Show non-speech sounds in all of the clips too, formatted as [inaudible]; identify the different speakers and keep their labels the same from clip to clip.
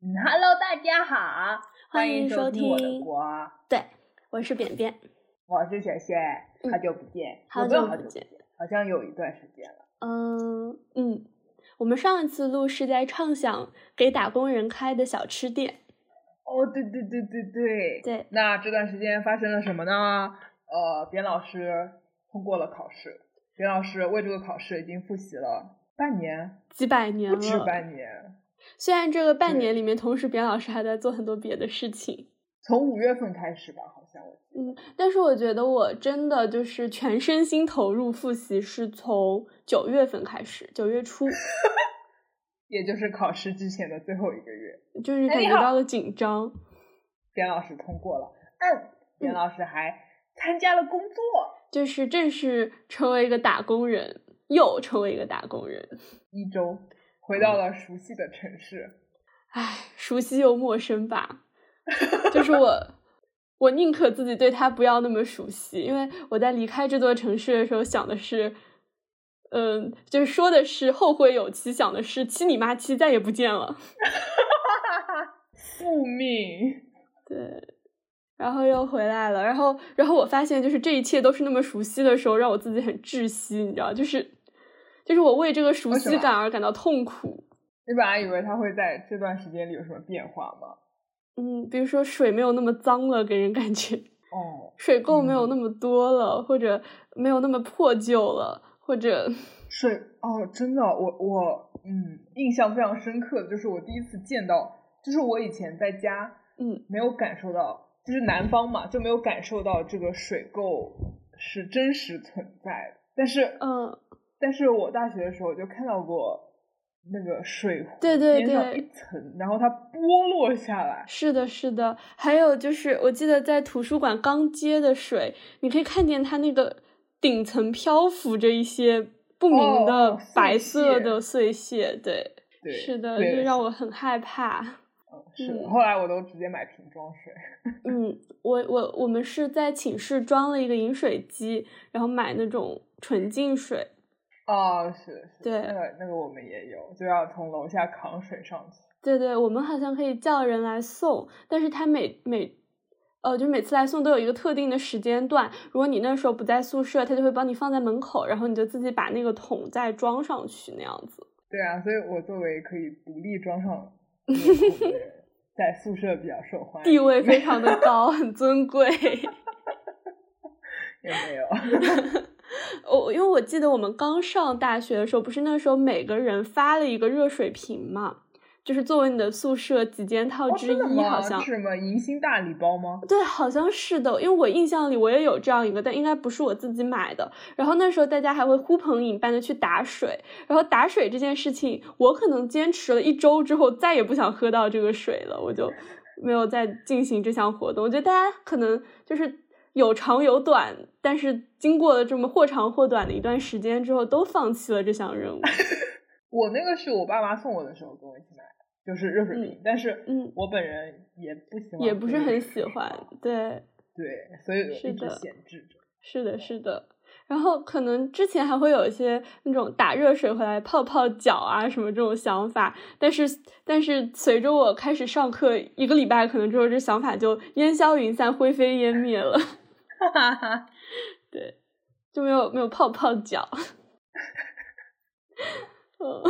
Speaker 1: 嗯家好，
Speaker 2: 欢迎
Speaker 1: 迎
Speaker 2: 收
Speaker 1: 听我的
Speaker 2: 听
Speaker 1: 国，嗯
Speaker 2: 对，我是扁扁，
Speaker 1: 我是雪雪，
Speaker 2: 嗯
Speaker 1: 好久不见，
Speaker 2: 好
Speaker 1: 有没有
Speaker 2: 久
Speaker 1: 好久
Speaker 2: 不见，。
Speaker 1: 好像有一段时间了。
Speaker 2: 嗯嗯，我们上一次录是在畅想给打工人开的小吃店，
Speaker 1: 哦，对对对对对。
Speaker 2: 对，
Speaker 1: 那这段时间发生了什么呢？呃，扁老师通过了考试，扁老师为这个考试已经复习了半年，
Speaker 2: 几百年
Speaker 1: 不止
Speaker 2: 了。
Speaker 1: 半年。
Speaker 2: 虽然这个半
Speaker 1: 对
Speaker 2: 年里面，同时扁老师还在做很多别的事情，
Speaker 1: 从五月份开始吧，好像我记
Speaker 2: 嗯，但是我觉得我真的就是全身心投入复习，是从九月份开始，九月初
Speaker 1: 得也就是考试之前的最后一个月，
Speaker 2: 就是
Speaker 1: 哎
Speaker 2: 感
Speaker 1: 你
Speaker 2: 觉
Speaker 1: 好
Speaker 2: 到了紧张。
Speaker 1: 扁老师通过了。嗯，扁老师还参加了工作。
Speaker 2: 就是正式成为一个打工人，又成为一个打工人。
Speaker 1: 一周，回到了熟悉的城市。
Speaker 2: 唉，熟悉又陌生吧。 [laughs] 就是我，我宁可自己对他不要那么熟悉，因为我在离开这座城市的时候想的是，嗯，就是说的是后会有期，想的是七你妈七再也不见了。
Speaker 1: 宿命，
Speaker 2: 对。然后又回来了，然后，然后我发现，就是这一切都是那么熟悉的时候，让我自己很窒息，你知道，就是，就是我为这个熟
Speaker 1: 为什
Speaker 2: 悉
Speaker 1: 么
Speaker 2: 感而感到痛苦。
Speaker 1: 你本来以为他会在这段时间里有什么变化吗？
Speaker 2: 嗯，比如说水没有那么脏了，给人感觉
Speaker 1: 哦，
Speaker 2: 水垢没有
Speaker 1: 嗯
Speaker 2: 那么多了，或者没有那么破旧了，或者
Speaker 1: 水哦，真的，我我嗯，印象非常深刻的就是我第一次见到，就是我以前在家
Speaker 2: 嗯
Speaker 1: 没有感受到，就是南方嘛，就没有感受到这个水垢是真实存在的。但是，
Speaker 2: 嗯，
Speaker 1: 但是我大学的时候就看到过那个水壶
Speaker 2: 对对
Speaker 1: 边上
Speaker 2: 对
Speaker 1: 一层，然后它剥落下来，
Speaker 2: 是的，是的。还有就是，我记得在图书馆刚接的水，你可以看见它那个顶层漂浮着一些不明
Speaker 1: 哦
Speaker 2: 的
Speaker 1: 哦碎
Speaker 2: 白色
Speaker 1: 屑
Speaker 2: 的碎屑。对，
Speaker 1: 对，
Speaker 2: 是的，
Speaker 1: 对
Speaker 2: 就让我很害怕。
Speaker 1: 是的
Speaker 2: 嗯
Speaker 1: 后来我都直接买瓶装水。
Speaker 2: 嗯，我我我们是在寝室装了一个饮水机，然后买那种纯净水。
Speaker 1: 哦，是是，
Speaker 2: 对
Speaker 1: 那个那个我们也有，就要从楼下扛水上去。
Speaker 2: 对对，我们好像可以叫人来送，但是他每每，呃，就每次来送都有一个特定的时间段。如果你那时候不在宿舍，他就会帮你放在门口，然后你就自己把那个桶再装上去那样子。
Speaker 1: 对啊，所以我作为可以独立装上
Speaker 2: [laughs]
Speaker 1: 水桶的人，在宿舍比较受欢迎，
Speaker 2: 地位非常的高，很尊贵。 [laughs]
Speaker 1: 也没
Speaker 2: 哦
Speaker 1: 有。
Speaker 2: 我、因为我记得我们刚上大学的时候，不是那时候每个人发了一个热水瓶嘛，就是作为你的宿舍几件套
Speaker 1: 哦
Speaker 2: 之
Speaker 1: 真的
Speaker 2: 一，
Speaker 1: 吗
Speaker 2: 好像
Speaker 1: 是。什么迎新大礼包吗？
Speaker 2: 对，好像是的，因为我印象里我也有这样一个，但应该不是我自己买的。然后那时候大家还会呼朋引伴的去打水，然后打水这件事情，我可能坚持了一周之后，再也不想喝到这个水了，我就没有再进行这项活动。我觉得大家可能就是有长有短，但是经过了这么或长或短的一段时间之后，都放弃了这项任务。
Speaker 1: 我那个是我爸妈送我的时候跟我一起买的，就是热水瓶，但是 [laughs]
Speaker 2: 嗯
Speaker 1: 我本人也不喜欢，
Speaker 2: 也不是很喜欢，对。
Speaker 1: 对，所以我
Speaker 2: 是
Speaker 1: 一直
Speaker 2: 的嗯
Speaker 1: 闲置着。
Speaker 2: 是的，是的。然后可能之前还会有一些那种打热水回来泡泡脚啊什么这种想法，但是但是随着我开始上课一个礼拜，可能之后这想法就烟消云散、灰飞烟
Speaker 1: [laughs]
Speaker 2: 灭了，
Speaker 1: 哈哈哈，
Speaker 2: 对，就没有没有泡泡脚。
Speaker 1: [laughs]
Speaker 2: 嗯，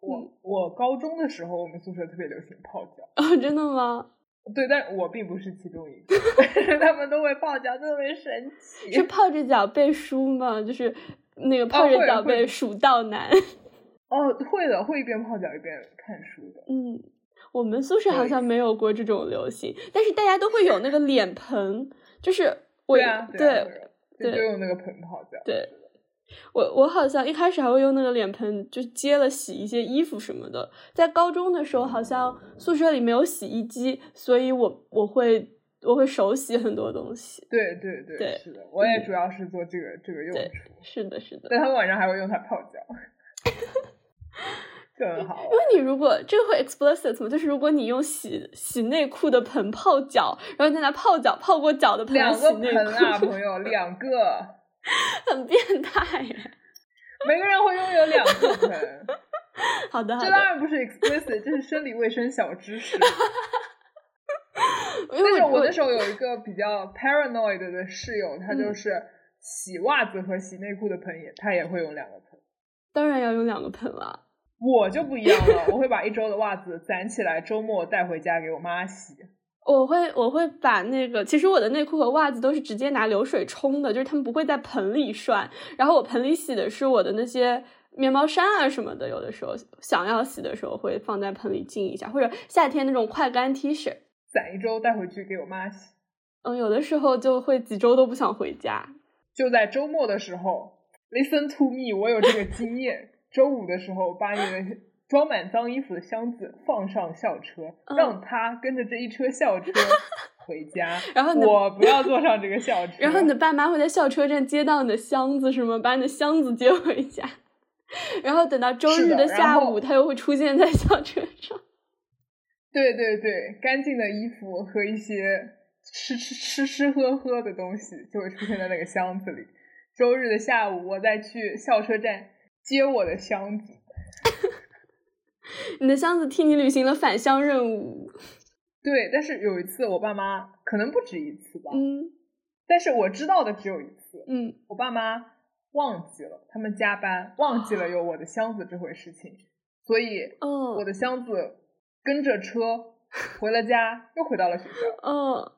Speaker 1: 我我高中的时候，我们宿舍特别流行泡脚。
Speaker 2: 哦，真
Speaker 1: [laughs]
Speaker 2: 的吗？
Speaker 1: 对，但我并不是其中一个，但是他们都会泡脚，特别神奇。
Speaker 2: 是泡着脚背书吗？就是那个泡
Speaker 1: 哦
Speaker 2: 着
Speaker 1: 会
Speaker 2: 脚
Speaker 1: 会
Speaker 2: 背数到男。
Speaker 1: 哦，会的，会一边泡脚一边看书的。
Speaker 2: 嗯，我们宿舍好
Speaker 1: 对
Speaker 2: 像没有过这种流行，但是大家都会有那个脸盆，
Speaker 1: [laughs]
Speaker 2: 就是我
Speaker 1: 对啊，
Speaker 2: 对
Speaker 1: 啊，会有就
Speaker 2: 对
Speaker 1: 就用那个盆泡脚。
Speaker 2: 对我我好像一开始还会用那个脸盆，就接了洗一些衣服什么的。在高中的时候，好像宿舍里没有洗衣机，所以我我会我会手洗很多东西。
Speaker 1: 对对对
Speaker 2: 对嗯
Speaker 1: 是的，我也主要是做这个这个用
Speaker 2: 对
Speaker 1: 处，
Speaker 2: 是的，是的。
Speaker 1: 但他们晚上还会用它泡脚，就很
Speaker 2: [laughs]
Speaker 1: 好玩。
Speaker 2: 那你如果这个会 explicit 吗？就是如果你用洗洗内裤的盆泡脚，然后再拿泡脚泡过脚的盆来
Speaker 1: 两
Speaker 2: 洗
Speaker 1: 个
Speaker 2: 内
Speaker 1: 盆啊，
Speaker 2: 裤，
Speaker 1: 朋友，两个，
Speaker 2: 很变态啊耶。
Speaker 1: 每个人会拥有两个盆。
Speaker 2: [laughs] 好的，好
Speaker 1: 这
Speaker 2: 的。
Speaker 1: 当然不是 explicit，这是生理卫生小知识。
Speaker 2: 因为
Speaker 1: 但是我那时候有一个比
Speaker 2: [laughs]
Speaker 1: 较 paranoid 的室友，他
Speaker 2: 嗯
Speaker 1: 就是洗袜子和洗内裤的盆也，他也会用两个盆。
Speaker 2: 当然要用两个盆了。
Speaker 1: 我就不一样了，我会把一周的袜子攒起来，周末带回家给我妈洗。
Speaker 2: 我会我会把那个，其实我的内裤和袜子都是直接拿流水冲的，就是他们不会在盆里涮。然后我盆里洗的是我的那些面包衫啊什么的，有的时候想要洗的时候会放在盆里浸一下，或者夏天那种快干 T 恤，
Speaker 1: 攒一周带回去给我妈洗，
Speaker 2: 嗯，有的时候就会几周都不想回家。
Speaker 1: 就在周末的时候，listen to me，我有这个经验。周五的时候，把你的装满脏衣服的箱子放上校车，
Speaker 2: 嗯
Speaker 1: 让他跟着这一车校车回家。
Speaker 2: [laughs] 然后你的
Speaker 1: 我不要坐上这个校车。
Speaker 2: 然后你的爸妈会在校车站接到你的箱子，是吗？把你的箱子接回家， [laughs] 然后等到周
Speaker 1: 是
Speaker 2: 日
Speaker 1: 的
Speaker 2: 的
Speaker 1: 然
Speaker 2: 下
Speaker 1: 后
Speaker 2: 午，他又会出现在校车上。
Speaker 1: 对对对，干净的衣服和一些吃吃吃吃喝喝的东西就会出现在那个箱子里。周日的下午，我再去校车站接我的箱子。
Speaker 2: 你的箱子替你履行了返乡任务。
Speaker 1: 对，但是有一次，我爸妈可能不止一次吧，
Speaker 2: 嗯
Speaker 1: 但是我知道的只有一次，
Speaker 2: 嗯，
Speaker 1: 我爸妈忘记了，他们加班忘记了有我的箱子这回事情，所以
Speaker 2: 哦
Speaker 1: 我的箱子跟着车回了家，又回到了学校。
Speaker 2: 哦，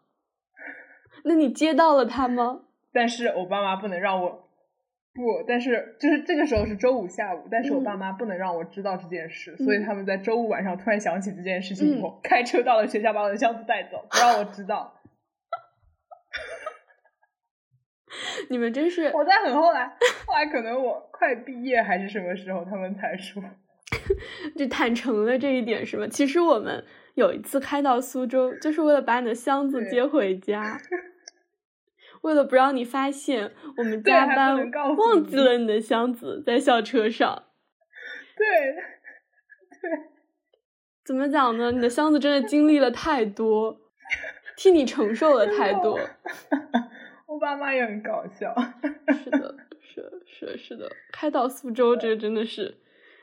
Speaker 2: 那你接到了他吗？
Speaker 1: 但是我爸妈不能让我不，但是就是这个时候是周五下午，但是我
Speaker 2: 嗯
Speaker 1: 爸妈不能让我知道这件事，
Speaker 2: 嗯
Speaker 1: 所以他们在周五晚上突然想起这件事情以后，开车到了学校把我的箱子带走，不让我知道。
Speaker 2: [laughs] 你们真是，
Speaker 1: 我在很后来，后来可能我快毕业还是什么时候，他们才说。
Speaker 2: 就坦诚了这一点是吗？其实我们有一次开到苏州，就是为了把你的箱子
Speaker 1: 对
Speaker 2: 接回家，为了不让你发现我们
Speaker 1: 对还
Speaker 2: 加
Speaker 1: 不
Speaker 2: 班
Speaker 1: 能告诉
Speaker 2: 忘
Speaker 1: 你
Speaker 2: 记了你的箱子在校车上。
Speaker 1: 对，
Speaker 2: 怎么讲呢？你的箱子真的经历了太多，替你承受了太多。
Speaker 1: 我爸妈也很搞笑。
Speaker 2: 是的，是的是的是的，开到苏州这个真的是，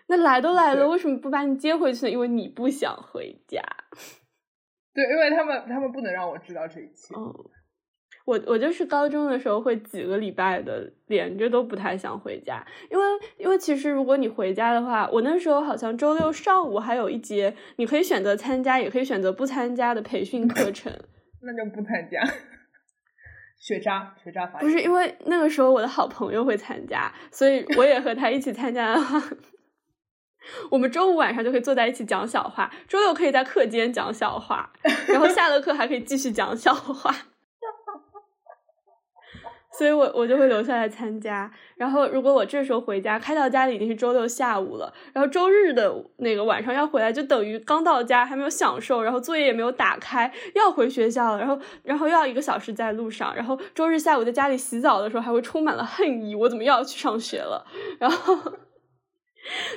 Speaker 2: 那来都来了，
Speaker 1: 对
Speaker 2: 为什么不把你接回去呢？因为你不想回家。
Speaker 1: 对，因为他们他们不能让我知道这一切。
Speaker 2: 哦，我我就是高中的时候会几个礼拜的连着都不太想回家，因为因为其实如果你回家的话，我那时候好像周六上午还有一节，你可以选择参加，也可以选择不参加的培训课程。
Speaker 1: 那就不参加。 [laughs] 学渣，学渣法
Speaker 2: 不是因为那个时候我的好朋友会参加，所以我也和他一起参加的话，我们周五晚上就可以坐在一起讲小话，周六可以在课间讲小话，然后下了课还可以继续讲小话。所以我我就会留下来参加，然后如果我这时候回家，开到家里已经是周六下午了，然后周日的那个晚上要回来，就等于刚到家还没有享受，然后作业也没有打开，要回学校了，然后然后又要一个小时在路上，然后周日下午在家里洗澡的时候还会充满了恨意，我怎么又要去上学了？ [laughs] 然后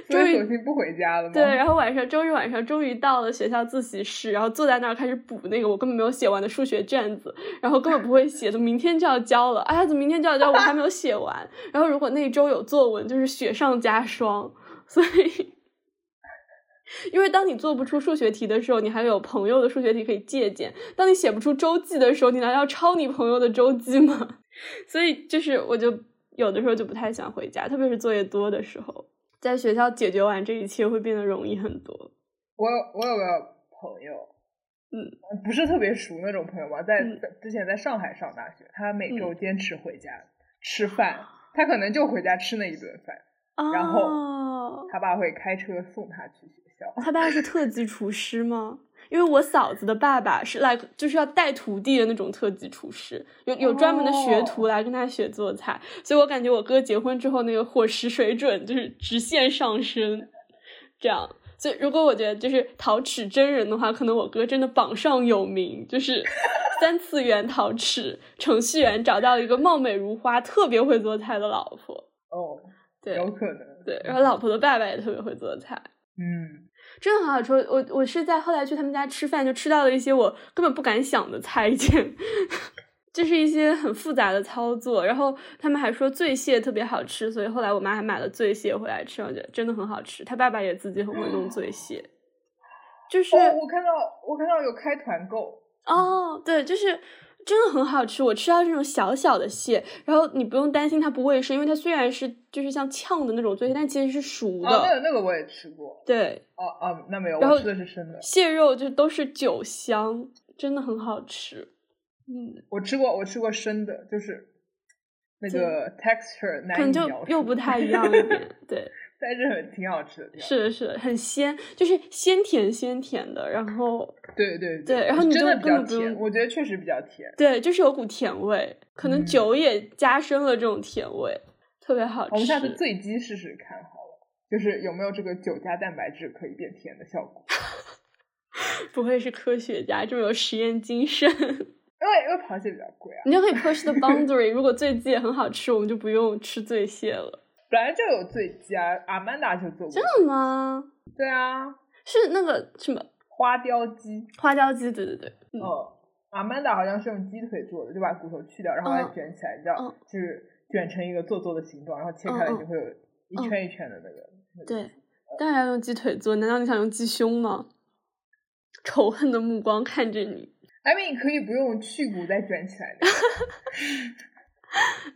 Speaker 1: 所
Speaker 2: 终于
Speaker 1: 以索性不回家了吗？
Speaker 2: 对，然后晚上周日晚上终于到了学校自习室，然后坐在那儿开始补那个我根本没有写完的数学卷子，然后根本不会写，怎么明天就要交了？哎呀，怎么明天就要交？我还没有写完。然后如果那一周有作文，就是雪上加霜。所以，因为当你做不出数学题的时候，你还有朋友的数学题可以借鉴；当你写不出周记的时候，你难道抄你朋友的周记吗？ [laughs] 所以，就是我就有的时候就不太想回家，特别是作业多的时候。在学校解决完这一切会变得容易很多。
Speaker 1: 我有我有个朋友，
Speaker 2: 嗯，
Speaker 1: 不是特别熟那种朋友吧，在
Speaker 2: 嗯
Speaker 1: 在之前在上海上大学，他每周坚持回家、吃饭，他可能就回家吃那一顿饭，然后
Speaker 2: 哦、
Speaker 1: 他爸会开车送他去学校。
Speaker 2: 他爸是特级厨师吗？因为我嫂子的爸爸是 like 就是要带徒弟的那种特级厨师，有有专门的学徒来跟他学做菜，所以我感觉我哥结婚之后那个伙食水准就是直线上升，这样。所以如果我觉得就是陶齿真人的话，可能我哥真的榜上有名，就是 [laughs] 三次元陶齿程序员找到一个貌美如花、特别会做菜的老婆，
Speaker 1: 哦，
Speaker 2: 对
Speaker 1: 有可能。
Speaker 2: 对，然后老婆的爸爸也特别会做菜。
Speaker 1: 嗯，
Speaker 2: 真的很好吃。我我是在后来去他们家吃饭，就吃到了一些我根本不敢想的菜简， [laughs] 就是一些很复杂的操作。然后他们还说醉蟹特别好吃，所以后来我妈还买了醉蟹回来吃，我觉得真的很好吃。他爸爸也自己很会弄醉蟹，就是
Speaker 1: 哦，我看到我看到有开团购，
Speaker 2: 哦，对，就是真的很好吃。我吃到这种小小的蟹，然后你不用担心它不卫生，因为它虽然是就是像呛的那种醉蟹，但其实是熟的。
Speaker 1: 哦，那个那个我也吃过。
Speaker 2: 对，
Speaker 1: 哦哦，那没有，
Speaker 2: 然后
Speaker 1: 我吃的是生的。
Speaker 2: 蟹肉就都是酒香，真的很好吃。嗯，
Speaker 1: 我吃过，我吃过生的，就是那个 texture 难
Speaker 2: 可能
Speaker 1: 以
Speaker 2: 就
Speaker 1: 描述，
Speaker 2: 又不太一样一点。
Speaker 1: [laughs]
Speaker 2: 对，
Speaker 1: 但是很挺好吃的。挺好吃
Speaker 2: 是的是的，很鲜，就是鲜甜鲜甜的，然后
Speaker 1: 的对对
Speaker 2: 对然后你
Speaker 1: 真
Speaker 2: 就
Speaker 1: 的比
Speaker 2: 根
Speaker 1: 较
Speaker 2: 本不
Speaker 1: 甜，
Speaker 2: 用
Speaker 1: 我觉得确实比较甜。
Speaker 2: 对，就是有股甜味，可能
Speaker 1: 嗯
Speaker 2: 酒也加深了这种甜味，特别好吃。
Speaker 1: 我们下次醉鸡试试看好了，就是有没有这个酒加蛋白质可以变甜的效果。
Speaker 2: 不愧是科学家，这么有实验精神。 [laughs]
Speaker 1: 因为因为螃蟹比较贵啊，
Speaker 2: 你就可以 push the boundary。如果醉鸡也很好吃，我们就不用吃醉蟹了。
Speaker 1: 本来就有醉鸡啊，阿曼达就做过。
Speaker 2: 是吗？
Speaker 1: 对啊，
Speaker 2: 是那个什么
Speaker 1: 花雕鸡，
Speaker 2: 花椒鸡？对对对，嗯
Speaker 1: 哦，阿曼达好像是用鸡腿做的，就把骨头去掉，然后把它
Speaker 2: 嗯
Speaker 1: 卷起来，你知道，
Speaker 2: 嗯
Speaker 1: 就是卷成一个做作的形状，然后切
Speaker 2: 嗯
Speaker 1: 开来
Speaker 2: 嗯
Speaker 1: 就会有一圈一圈的那个。那个
Speaker 2: 对，当然要用鸡腿做，难道你想用鸡胸吗？仇恨的目光看着你。
Speaker 1: I mean 可以不用去骨再卷起来的，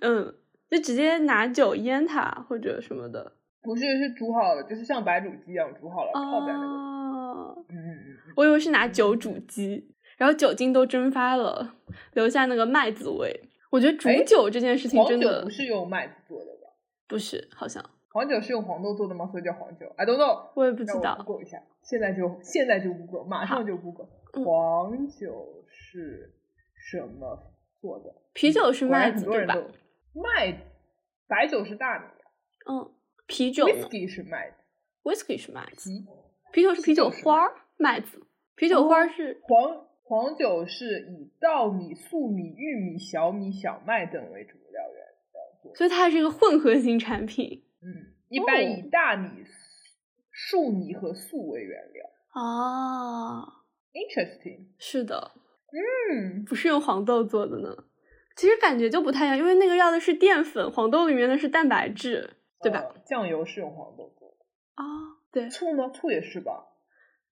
Speaker 2: 嗯，就直接拿酒腌它或者什么的。
Speaker 1: 不是是煮好了，就是像白煮鸡一样煮好了，泡在那个。
Speaker 2: 哦，
Speaker 1: 嗯嗯嗯，
Speaker 2: 我以为是拿酒煮鸡，然后酒精都蒸发了，留下那个麦子味。我觉得煮
Speaker 1: 哎
Speaker 2: 酒这件事情
Speaker 1: 黄
Speaker 2: 真
Speaker 1: 酒
Speaker 2: 的
Speaker 1: 不是用麦子做的吧？
Speaker 2: 不是，好像
Speaker 1: 黄酒是用黄豆做的吗？所以叫黄酒。I don't know，
Speaker 2: 我也不知
Speaker 1: 让我
Speaker 2: 道。
Speaker 1: Google 一下，现在就现在就 Google，马上就 Google，
Speaker 2: 嗯
Speaker 1: 黄酒是什么做的？
Speaker 2: 啤酒是
Speaker 1: 果然
Speaker 2: 麦
Speaker 1: 很
Speaker 2: 子
Speaker 1: 多
Speaker 2: 对
Speaker 1: 人
Speaker 2: 吧
Speaker 1: 都？麦，白酒是大米啊
Speaker 2: 嗯，啤酒呢
Speaker 1: ，whisky 是麦子，
Speaker 2: ，whisky 是麦子，
Speaker 1: 啤
Speaker 2: 啤酒是啤酒
Speaker 1: 啤酒是
Speaker 2: 花儿麦子，啤酒花
Speaker 1: 哦
Speaker 2: 儿是
Speaker 1: 黄黄酒是以稻米、粟米、玉米、小米、小麦等为主料源的做。
Speaker 2: 所以它还是一个混合型产品。
Speaker 1: 嗯，一般
Speaker 2: 哦
Speaker 1: 以大米、粟米和粟为原料。
Speaker 2: 哦，
Speaker 1: Interesting。
Speaker 2: 是的，
Speaker 1: 嗯，
Speaker 2: 不是用黄豆做的呢。其实感觉就不太一样，因为那个要的是淀粉，黄豆里面的是蛋白质，对吧？
Speaker 1: 呃？酱油是用黄豆做的，
Speaker 2: 啊、对，
Speaker 1: 醋呢？醋也是吧？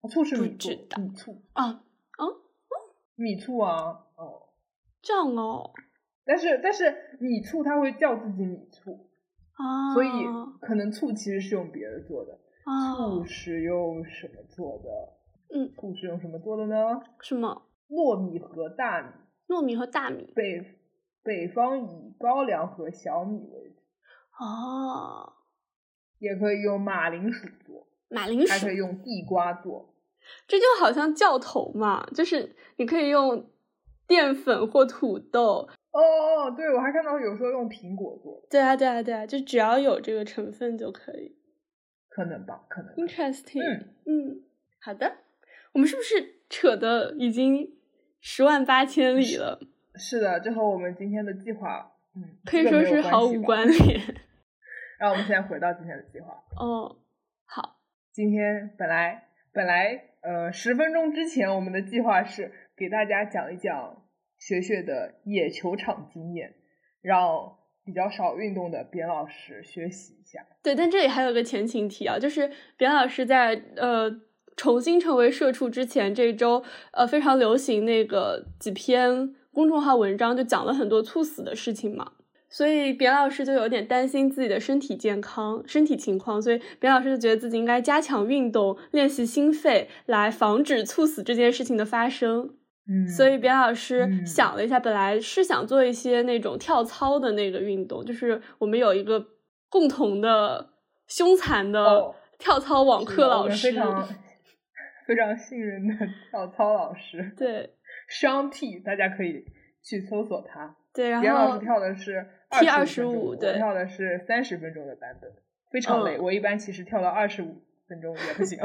Speaker 1: 哦醋是
Speaker 2: 不
Speaker 1: 米醋
Speaker 2: 知，道
Speaker 1: 米醋，
Speaker 2: 啊，
Speaker 1: 米醋啊，哦。
Speaker 2: 这样哦，
Speaker 1: 但是但是米醋它会叫自己米醋，
Speaker 2: 啊，
Speaker 1: 所以可能醋其实是用别的做的。醋
Speaker 2: 啊，
Speaker 1: 是用什么做的？
Speaker 2: 嗯，
Speaker 1: 醋是用什么做的呢？
Speaker 2: 什么
Speaker 1: 糯米和大米，
Speaker 2: 糯米和大米，
Speaker 1: 北北方以高粱和小米为主，
Speaker 2: 哦，
Speaker 1: 也可以用马铃薯做，
Speaker 2: 马铃
Speaker 1: 还
Speaker 2: 薯
Speaker 1: 可以用地瓜做。
Speaker 2: 这就好像教头嘛，就是你可以用淀粉或土豆。
Speaker 1: 哦哦，对，我还看到有时候用苹果做的，
Speaker 2: 对啊，对啊，对啊，就只要有这个成分就可以。
Speaker 1: 可能吧，可能吧。
Speaker 2: Interesting，
Speaker 1: 嗯
Speaker 2: 嗯好的，我们是不是扯的已经十万八千里了？
Speaker 1: 是的，这和我们今天的计划，嗯，
Speaker 2: 可以
Speaker 1: 这个
Speaker 2: 说
Speaker 1: 没有
Speaker 2: 是毫
Speaker 1: 系
Speaker 2: 无
Speaker 1: 吧。
Speaker 2: 关联。
Speaker 1: 然后我们现在回到今天的计划，
Speaker 2: 哦，好，
Speaker 1: 今天本来本来呃十分钟之前我们的计划是给大家讲一讲学学的野球场经验，让比较少运动的边老师学习一下。
Speaker 2: 对，但这里还有个前情提啊，就是扁老师在呃。重新成为社畜之前，这一周呃非常流行那个几篇公众号文章，就讲了很多猝死的事情嘛。所以扁老师就有点担心自己的身体健康、身体情况，所以扁老师就觉得自己应该加强运动、练习心肺，来防止猝死这件事情的发生。
Speaker 1: 嗯
Speaker 2: 所以扁老师
Speaker 1: 嗯
Speaker 2: 想了一下，本来是想做一些那种跳操的那个运动，就是我们有一个共同的凶残的
Speaker 1: 哦
Speaker 2: 跳操网
Speaker 1: 是
Speaker 2: 课
Speaker 1: 的我
Speaker 2: 老
Speaker 1: 们
Speaker 2: 师
Speaker 1: 非，常非常信任的跳操老师
Speaker 2: 对
Speaker 1: 商 T，大家可以去搜索他。
Speaker 2: 对，然
Speaker 1: 严老
Speaker 2: 后
Speaker 1: 师跳的是25
Speaker 2: T 25
Speaker 1: 分钟我
Speaker 2: 对
Speaker 1: 跳的是三十分钟的版本，非常累。
Speaker 2: 嗯
Speaker 1: 我一般其实跳到二十五分钟也不行。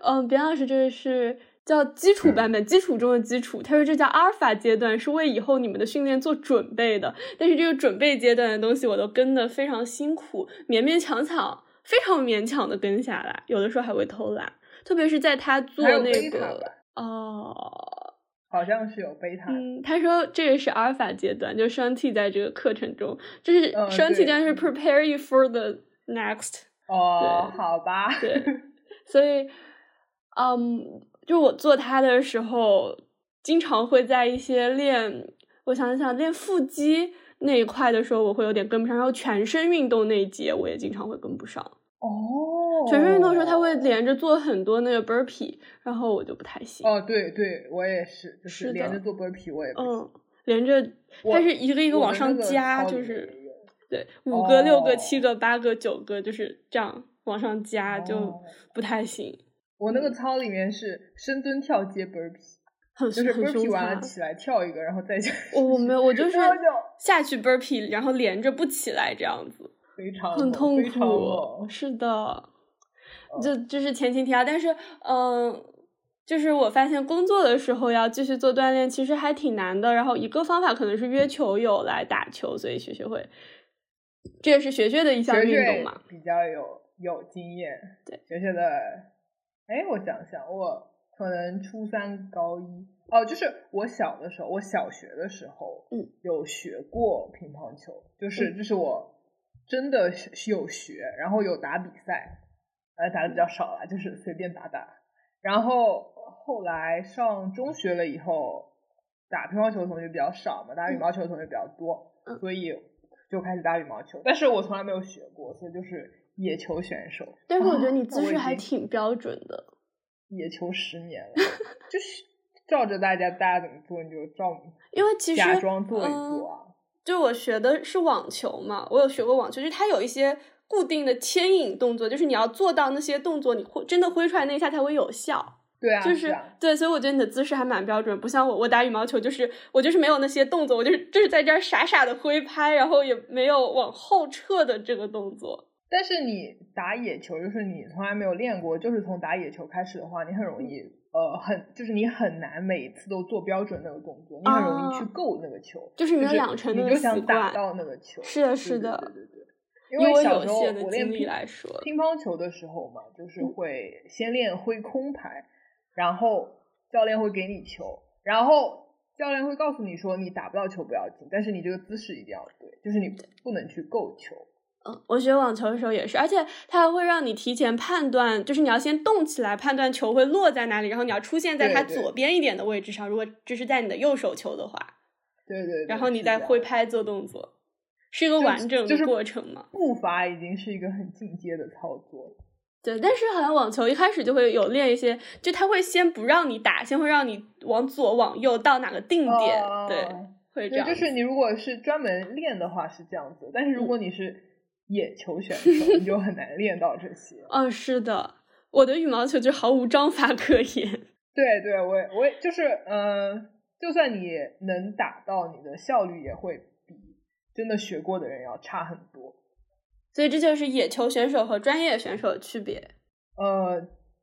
Speaker 2: 嗯，扁老师这是叫基础
Speaker 1: 嗯
Speaker 2: 版本，基础中的基础。他说这叫阿尔法阶段，是为以后你们的训练做准备的。但是这个准备阶段的东西，我都跟的非常辛苦，勉勉强强，非常勉强的跟下来，有的时候还会偷懒。特别是在他做
Speaker 1: 还有
Speaker 2: 那
Speaker 1: 贝塔
Speaker 2: 个
Speaker 1: 吧，
Speaker 2: 哦，
Speaker 1: 好像是有贝塔。
Speaker 2: 嗯，他说这个是阿尔法阶段，就是双 T 在这个课程中，就是
Speaker 1: 嗯
Speaker 2: 双 T
Speaker 1: 对
Speaker 2: 阶段是 prepare you for the next
Speaker 1: 哦，
Speaker 2: 对
Speaker 1: 好吧。
Speaker 2: 对，所以，嗯，就我做它的时候，经常会在一些练，我想想练腹肌那一块的时候，我会有点跟不上，然后全身运动那一节我也经常会跟不上。
Speaker 1: 哦，
Speaker 2: 全身运动的时候，他会连着做很多那个 burpee，然后我就不太行。
Speaker 1: 哦，对对，我也是，就是
Speaker 2: 是
Speaker 1: 连
Speaker 2: 的
Speaker 1: 着做 burpee 我也不行。
Speaker 2: 嗯，连着
Speaker 1: 我
Speaker 2: 它是一个一个
Speaker 1: 我
Speaker 2: 往
Speaker 1: 的
Speaker 2: 上
Speaker 1: 那个
Speaker 2: 加，
Speaker 1: 超
Speaker 2: 就
Speaker 1: 级
Speaker 2: 是
Speaker 1: 没有
Speaker 2: 对五个、六
Speaker 1: 哦
Speaker 2: 个、七个、八个、九个，就是这样往上加啊就
Speaker 1: 哦
Speaker 2: 不太行，
Speaker 1: 我那个操里面是深蹲跳接 burpee，
Speaker 2: 很
Speaker 1: 就是
Speaker 2: 凶很凶
Speaker 1: burpee 完了
Speaker 2: 残。
Speaker 1: 起来跳一个，然后再加。
Speaker 2: 我我没有，我
Speaker 1: [laughs]
Speaker 2: 就是
Speaker 1: 然后就
Speaker 2: 下去 burpee，然后连着不起来这样子，
Speaker 1: 非常
Speaker 2: 很
Speaker 1: 猛
Speaker 2: 痛
Speaker 1: 哦非常哦
Speaker 2: 苦。
Speaker 1: 猛
Speaker 2: 是的，这这是前情提要，但是嗯。就是我发现工作的时候要继续做锻炼，其实还挺难的。然后一个方法可能是约球友来打球，所以学学会，这也是学学的一项
Speaker 1: 学
Speaker 2: 运
Speaker 1: 学
Speaker 2: 动嘛。
Speaker 1: 比较有有经验，
Speaker 2: 对，
Speaker 1: 学学的。哎，我想想，我可能初三高一哦，就是我小的时候，我小学的时候，
Speaker 2: 嗯，
Speaker 1: 有学过乒乓球，就是
Speaker 2: 嗯
Speaker 1: 这是我真的是有学，然后有打比赛，呃，打的比较少啦，就是随便打打。然后后来上中学了以后，打乒乓球的同学比较少嘛，打羽毛球的同学比较多，
Speaker 2: 嗯
Speaker 1: 所以就开始打羽毛球。但是我从来没有学过，所以就是野球选手。
Speaker 2: 但是我觉得你
Speaker 1: 啊
Speaker 2: 姿势还。
Speaker 1: 我已
Speaker 2: 挺标准的，
Speaker 1: 经野球十年
Speaker 2: [laughs]
Speaker 1: 了，就是照着大家，大家怎么做你就照，
Speaker 2: 因为其实
Speaker 1: 假装做一
Speaker 2: 嗯
Speaker 1: 做啊。
Speaker 2: 就我学的是网球嘛，我有学过网球，就是它有一些固定的牵引动作，就是你要做到那些动作，你挥真的挥出来那一下才会有效。
Speaker 1: 对啊，
Speaker 2: 就是是
Speaker 1: 啊
Speaker 2: 对，所以我觉得你的姿势还蛮标准，不像我，我打羽毛球就是我就是没有那些动作，我就是就是在这儿傻傻的挥拍，然后也没有往后撤的这个动作。
Speaker 1: 但是你打野球，就是你从来没有练过，就是从打野球开始的话，你很容易，
Speaker 2: 嗯
Speaker 1: 呃，很就是你很难每一次都做标准那个动作，你很容易去
Speaker 2: 啊
Speaker 1: 够那个球，
Speaker 2: 就是没有
Speaker 1: 是
Speaker 2: 养成那
Speaker 1: 你
Speaker 2: 个
Speaker 1: 就
Speaker 2: 习
Speaker 1: 想打
Speaker 2: 惯
Speaker 1: 到那个球。
Speaker 2: 是的，
Speaker 1: 对
Speaker 2: 是
Speaker 1: 对
Speaker 2: 的，
Speaker 1: 对对对。因
Speaker 2: 以
Speaker 1: 为
Speaker 2: 我
Speaker 1: 小
Speaker 2: 有
Speaker 1: 时候
Speaker 2: 限的
Speaker 1: 我练
Speaker 2: 经历
Speaker 1: 乒
Speaker 2: 来说，嗯
Speaker 1: 乒乓球的时候嘛，就是会先练挥空拍，然后教练会给你球，然后教练会告诉你说你打不到球不要紧，但是你这个姿势一定要对，就是你不能去够球。
Speaker 2: 嗯，我学网球的时候也是，而且它还会让你提前判断，就是你要先动起来判断球会落在哪里，然后你要出现在
Speaker 1: 对
Speaker 2: 它
Speaker 1: 对
Speaker 2: 左边一点的位置上。如果这是在你的右手球的话，
Speaker 1: 对对对。
Speaker 2: 然后你
Speaker 1: 是
Speaker 2: 再
Speaker 1: 这样
Speaker 2: 挥拍做动作，是一个
Speaker 1: 就
Speaker 2: 完整
Speaker 1: 就
Speaker 2: 的
Speaker 1: 是
Speaker 2: 过程嘛？
Speaker 1: 步伐已经是一个很进阶的操作。
Speaker 2: 对，但是好像网球一开始就会有练一些，就它会先不让你打，先会让你往左往右到哪个定点，对，
Speaker 1: 哦
Speaker 2: 会这
Speaker 1: 对，
Speaker 2: 样。
Speaker 1: 就是你如果是专门练的话是这样子，但是
Speaker 2: 嗯
Speaker 1: 如果你是野球选手，你就很难练到这些。
Speaker 2: 嗯、是的，我的羽毛球就毫无章法可言。 [laughs]
Speaker 1: 对对，我也我也就是嗯、呃就算你能打到，你的效率也会比真的学过的人要差很多。
Speaker 2: 所以这就是野球选手和专业选手的区别。
Speaker 1: 呃，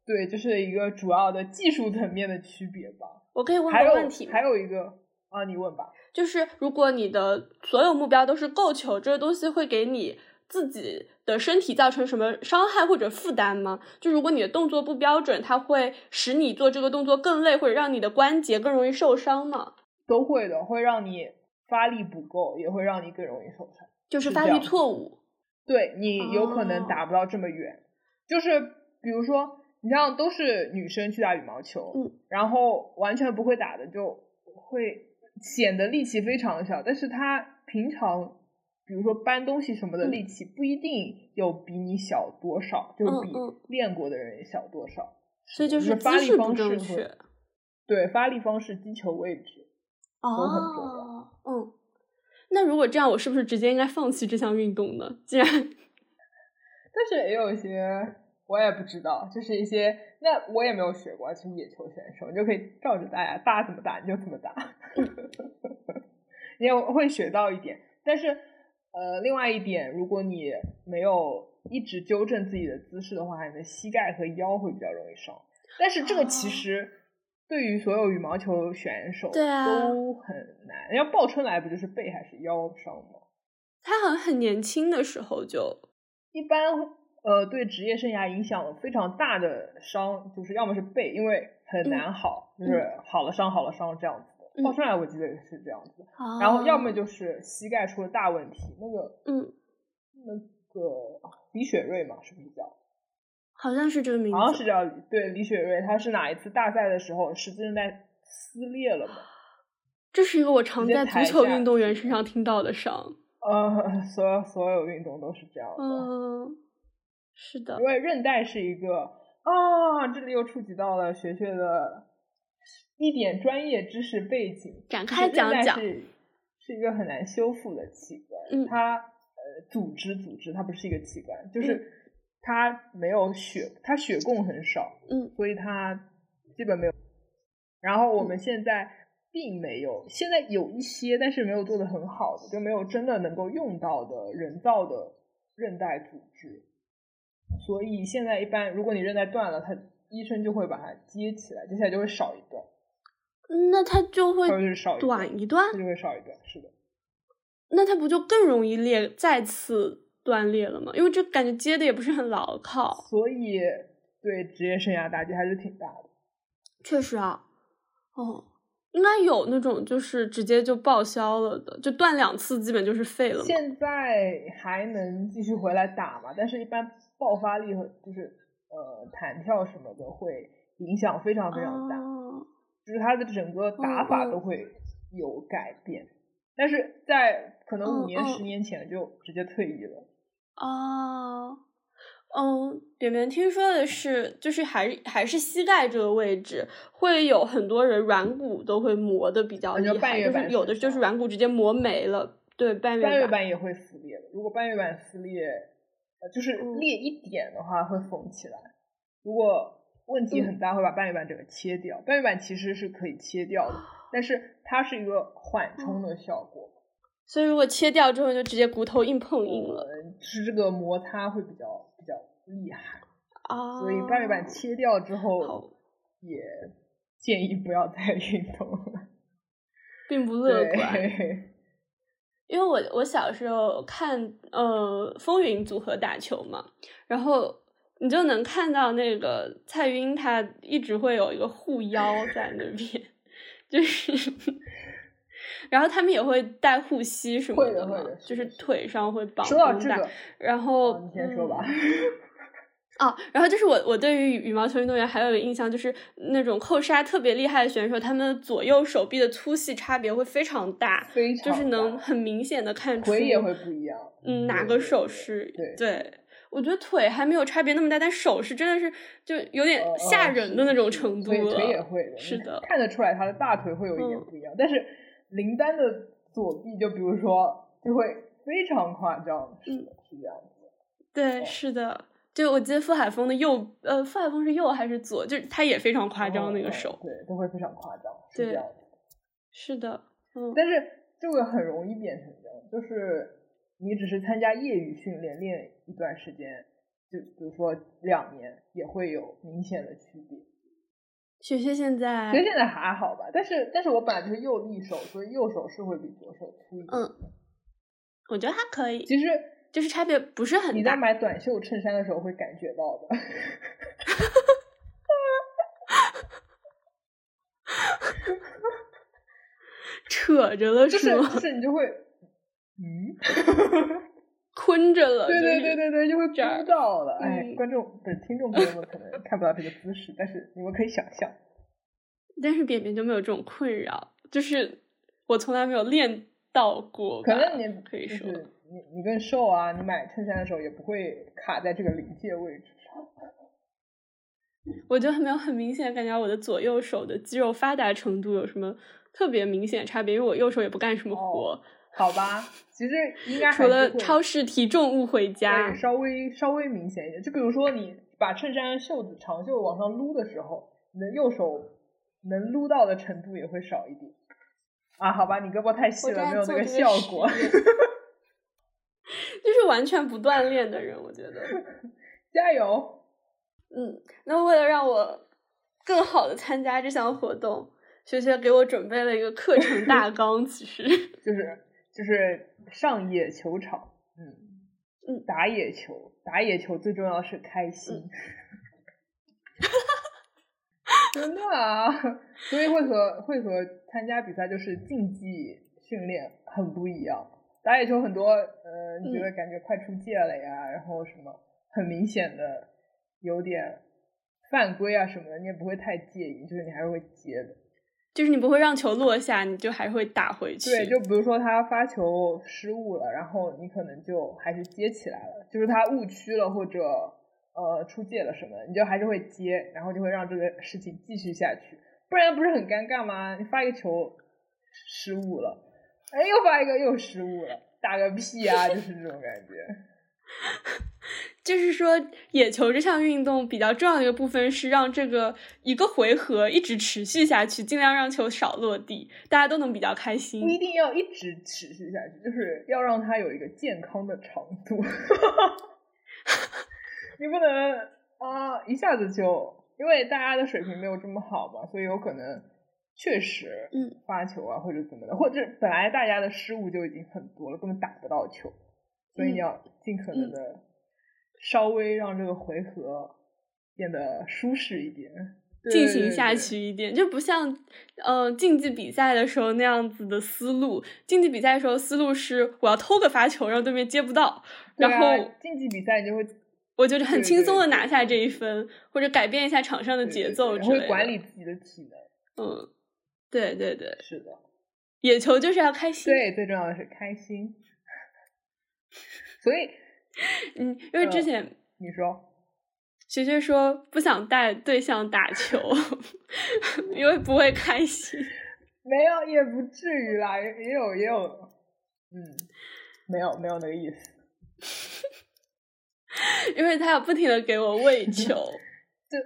Speaker 1: 对，这是一个主要的技术层面的区别吧。
Speaker 2: 我可以问
Speaker 1: 还
Speaker 2: 个
Speaker 1: 有
Speaker 2: 问题吗
Speaker 1: 还有一个啊，你问吧。
Speaker 2: 就是如果你的所有目标都是够球，这个东西会给你自己的身体造成什么伤害或者负担吗？就如果你的动作不标准，它会使你做这个动作更累，或者让你的关节更容易受伤吗？
Speaker 1: 都会的，会让你发力不够，也会让你更容易受伤。
Speaker 2: 就是
Speaker 1: 是
Speaker 2: 发
Speaker 1: 这
Speaker 2: 力
Speaker 1: 样
Speaker 2: 错误。
Speaker 1: 对你有可
Speaker 2: 哦
Speaker 1: 能打不到这么远。就是比如说，你像都是女生去打羽毛球，
Speaker 2: 嗯
Speaker 1: 然后完全不会打的就会显得力气非常小，但是她平常。比如说搬东西什么的
Speaker 2: 嗯
Speaker 1: 力气不一定有比你小多少，就是比
Speaker 2: 嗯嗯
Speaker 1: 练过的人小多少。
Speaker 2: 所以就是是
Speaker 1: 发
Speaker 2: 姿
Speaker 1: 力
Speaker 2: 势不
Speaker 1: 方式
Speaker 2: 正
Speaker 1: 会
Speaker 2: 确
Speaker 1: 对，发力方式、击球位置，都很重要
Speaker 2: 哦，嗯，那如果这样，我是不是直接应该放弃这项运动呢？
Speaker 1: [laughs]
Speaker 2: 既然
Speaker 1: 但是也有一些我也不知道，就是一些那我也没有学过，就是野球选手，你就可以照着大家大家怎么打你就怎么打， [laughs] 你也会学到一点。但是呃，另外一点，如果你没有一直纠正自己的姿势的话，你的膝盖和腰会比较容易伤。但是这个其
Speaker 2: 哦
Speaker 1: 实。对于所有羽毛球选手
Speaker 2: 对啊
Speaker 1: 都很难，要鲍春来不就是背还是腰伤吗？
Speaker 2: 他好像很年轻的时候就
Speaker 1: 一般呃对职业生涯影响非常大的伤，就是要么是背，因为很难好，就是好了伤好了伤这样子的。
Speaker 2: 嗯
Speaker 1: 鲍春来我记得也是这样子，然后要么
Speaker 2: 哦
Speaker 1: 就是膝盖出了大问题，那个
Speaker 2: 嗯，
Speaker 1: 那个李雪芮嘛，是不是叫？
Speaker 2: 好像是这个名字，
Speaker 1: 好像是叫对李雪芮，她是哪一次大赛的时候十字韧带撕裂了吗？
Speaker 2: 这是一个我常在足球运动员身
Speaker 1: 直接抬下
Speaker 2: 上
Speaker 1: 去
Speaker 2: 听到的伤。
Speaker 1: 呃，所有所有运动都是这样的。
Speaker 2: 嗯，是的
Speaker 1: 因，为韧带是一个啊，这里又触及到了学学的一点专业知识背景，
Speaker 2: 展
Speaker 1: 就是
Speaker 2: 开
Speaker 1: 韧
Speaker 2: 讲
Speaker 1: 带
Speaker 2: 讲
Speaker 1: 是是一个很难修复的器官，
Speaker 2: 嗯
Speaker 1: 它呃组织组织它不是一个器官，就
Speaker 2: 嗯
Speaker 1: 是它没有血，它血供很少，
Speaker 2: 嗯，
Speaker 1: 所以它基本没有。然后我们现在。并没有，现在有一些，但是没有做的很好的，就没有真的能够用到的人造的韧带组织。所以现在一般，如果你韧带断了，他医生就会把它接起来，接下来就会少一段，
Speaker 2: 嗯那它就会
Speaker 1: 或者就是嗯少一段，
Speaker 2: 短一段
Speaker 1: 它，就会少一段，是的。
Speaker 2: 那它不就更容易裂，再次断裂了吗？因为这感觉接的也不是很牢靠。
Speaker 1: 所以对职业生涯打击还是挺大的。
Speaker 2: 确实啊，哦，应该有那种就是直接就报销了的，就断两次基本就是废了嘛。
Speaker 1: 现在还能继续回来打嘛？但是一般爆发力和就是呃弹跳什么的会影响非常非常大，
Speaker 2: 哦
Speaker 1: 就是他的整个打法
Speaker 2: 嗯嗯
Speaker 1: 都会有改变。但是在可能
Speaker 2: 嗯
Speaker 1: 五年、
Speaker 2: 嗯
Speaker 1: 十年前就直接退役了。
Speaker 2: 哦，嗯，扁扁听说的是，就是还是还是膝盖这个位置，会有很多人软骨都会磨的比较
Speaker 1: 啊
Speaker 2: 厉
Speaker 1: 就半
Speaker 2: 害，
Speaker 1: 月
Speaker 2: 就
Speaker 1: 板
Speaker 2: 是有的
Speaker 1: 损
Speaker 2: 就是
Speaker 1: 伤
Speaker 2: 软骨直接磨没了，对，半月
Speaker 1: 半月
Speaker 2: 板
Speaker 1: 板也会撕裂的。如果半月板撕裂，呃就是
Speaker 2: 嗯
Speaker 1: 裂一点的话会缝起来。如果问题很大，会把半月板整个切掉。半月板其实是可以切掉的，但是它是一个缓冲的效果，
Speaker 2: 所以如果切掉之后，就直接骨头硬碰嗯硬了
Speaker 1: 呃是这个摩擦会比较比较厉害，
Speaker 2: 啊。
Speaker 1: 所以半月板切掉之
Speaker 2: 好
Speaker 1: 后，也建议不要再运动了。
Speaker 2: 并不 [laughs] 乐观， [laughs]
Speaker 1: 对，
Speaker 2: 因为我我小时候看呃风云组合打球嘛，然后你就能看到那个蔡云她一直会有一个护腰在那边，就是， [laughs] 然后他们也会带护膝什么
Speaker 1: 会的
Speaker 2: 嘛，
Speaker 1: 会的是
Speaker 2: 就
Speaker 1: 的
Speaker 2: 是
Speaker 1: 是的
Speaker 2: 腿上会绑
Speaker 1: 说到
Speaker 2: 绷
Speaker 1: 这
Speaker 2: 带，
Speaker 1: 个，
Speaker 2: 然后、
Speaker 1: 哦你先说
Speaker 2: 嗯 [laughs]
Speaker 1: 吧。
Speaker 2: 哦，然后就是我，我对于羽羽毛球运动员还有一个印象，就是那种扣杀特别厉害的选手，他们左右手臂的粗细差别会非常大，
Speaker 1: 非常
Speaker 2: 就是能
Speaker 1: 大
Speaker 2: 很明显的看出，
Speaker 1: 腿也会不一样，
Speaker 2: 嗯，哪
Speaker 1: 对
Speaker 2: 个
Speaker 1: 对
Speaker 2: 手
Speaker 1: 对
Speaker 2: 是
Speaker 1: 对
Speaker 2: 我觉得腿还没有差别那么大，但手是真的是就有点
Speaker 1: 呃
Speaker 2: 吓
Speaker 1: 呃
Speaker 2: 人
Speaker 1: 是
Speaker 2: 的那种
Speaker 1: 是
Speaker 2: 程度
Speaker 1: 腿
Speaker 2: 了。
Speaker 1: 腿也会的，
Speaker 2: 是
Speaker 1: 你
Speaker 2: 的
Speaker 1: 看得出来他的大腿会有一点
Speaker 2: 嗯
Speaker 1: 不一样。但是林丹的左臂，就比如说，就会非常夸张，是
Speaker 2: 嗯
Speaker 1: 的，是这样子。哦
Speaker 2: 对，是的，就我记得傅海峰的右，呃，傅海峰是右还是左？就是他也非常夸张
Speaker 1: 嗯
Speaker 2: 那个
Speaker 1: 嗯
Speaker 2: 手。
Speaker 1: 对，都会非常夸张，是这
Speaker 2: 对
Speaker 1: 样子。
Speaker 2: 是的，嗯，
Speaker 1: 但是这个很容易变成这样，就是你只是参加业余训练，练一段时间，就比如说两年，也会有明显的区别。
Speaker 2: 雪雪现在
Speaker 1: 其实现在还好吧，但是但是我本来就是右利手，所以右手是会比左手粗一点。
Speaker 2: 嗯，我觉得还可以，
Speaker 1: 其实
Speaker 2: 就是差别不是很
Speaker 1: 你在
Speaker 2: 大。
Speaker 1: 买短袖衬衫的时候会感觉到的。
Speaker 2: [laughs] 扯着了
Speaker 1: 就是
Speaker 2: 吗？ [laughs]
Speaker 1: 就是你就会， [laughs] 嗯，
Speaker 2: 困着了，
Speaker 1: 对对
Speaker 2: 就
Speaker 1: 对
Speaker 2: 是
Speaker 1: 对对，就会
Speaker 2: 这儿
Speaker 1: 知道了。哎
Speaker 2: 嗯，
Speaker 1: 观众不是听众朋友们可能看不到这个姿势，但是你们可以想象，
Speaker 2: 但是扁扁就没有这种困扰，就是我从来没有练到过吧，
Speaker 1: 可能你
Speaker 2: [laughs] 可以
Speaker 1: 就
Speaker 2: 说
Speaker 1: 是你你更瘦啊，你买衬衫的时候也不会卡在这个临界位置上。
Speaker 2: 我就没有很明显地感觉到我的左右手的肌肉发达程度有什么特别明显的差别，因为我右手也不干什么活，
Speaker 1: 好吧，其实哦应该
Speaker 2: 除
Speaker 1: 还是
Speaker 2: 了
Speaker 1: 会
Speaker 2: 超市提重物回家
Speaker 1: 对，，稍微稍微明显一点。就比如说你把衬衫袖子长袖往上撸的时候，你的右手能撸到的程度也会少一点。啊，好吧，你胳膊太细
Speaker 2: 我正
Speaker 1: 了，
Speaker 2: 在
Speaker 1: 没有
Speaker 2: 做
Speaker 1: 那
Speaker 2: 这
Speaker 1: 效果。
Speaker 2: 实验就是完全不锻炼的人，我觉得，
Speaker 1: [laughs] [laughs] 加油！
Speaker 2: 嗯，那为了让我更好的参加这项活动，学学给我准备了一个课程大纲，其实， [laughs]
Speaker 1: 就是就是上野球场，嗯
Speaker 2: 嗯
Speaker 1: 打野球，打野球最重要是开心。真的啊，所以会和会和参加比赛就是竞技训练很不一样。打野球很多，呃，你觉得感觉快出界了呀，然后什么很明显的有点犯规啊什么的，你也不会太介意，就是你还是会接的。
Speaker 2: 就是你不会让球落下，你就还会打回去。
Speaker 1: 对，就比如说他发球失误了，然后你可能就还是接起来了，就是他误区了或者呃出界了什么，你就还是会接，然后就会让这个事情继续下去，不然不是很尴尬吗？你发一个球失误了，哎，又发一个又失误了，打个屁啊！就是这种感觉。
Speaker 2: 就是说，野球这项运动比较重要的一个部分是让这个一个回合一直持续下去，尽量让球少落地，大家都能比较开心。
Speaker 1: 不一定要一直持续下去，就是要让它有一个健康的长度。 [laughs] 你不能啊、呃，一下子就因为大家的水平没有这么好嘛，所以有可能确实
Speaker 2: 嗯
Speaker 1: 发球啊或者怎么的，或者本来大家的失误就已经很多了，根本打不到球，所以你要尽可能的、
Speaker 2: 嗯。
Speaker 1: 嗯稍微让这个回合变得舒适一点，对
Speaker 2: 进行下去一点，就不像呃竞技比赛的时候那样子的思路。竞技比赛的时候思路是我要偷个发球，让对面接不到，
Speaker 1: 对
Speaker 2: 然后、
Speaker 1: 啊、竞技比赛你就会
Speaker 2: 我就是很轻松的拿下这
Speaker 1: 对对对
Speaker 2: 一分，或者改变一下场上的节奏之类的。
Speaker 1: 会管理自己的体能，
Speaker 2: 嗯，对对对，
Speaker 1: 是
Speaker 2: [laughs]
Speaker 1: 的，
Speaker 2: 野球就是要开心。
Speaker 1: 对，最重要的是开心。 [laughs] 所以
Speaker 2: 嗯，因为之
Speaker 1: 嗯
Speaker 2: 前
Speaker 1: 你说，
Speaker 2: 学学说不想带对象打球， [laughs] 因为不会开心。
Speaker 1: 没有，也不至于啦，也也有也有，嗯，没有没有那个意思。，
Speaker 2: 因为他要不停的给我喂球
Speaker 1: 对，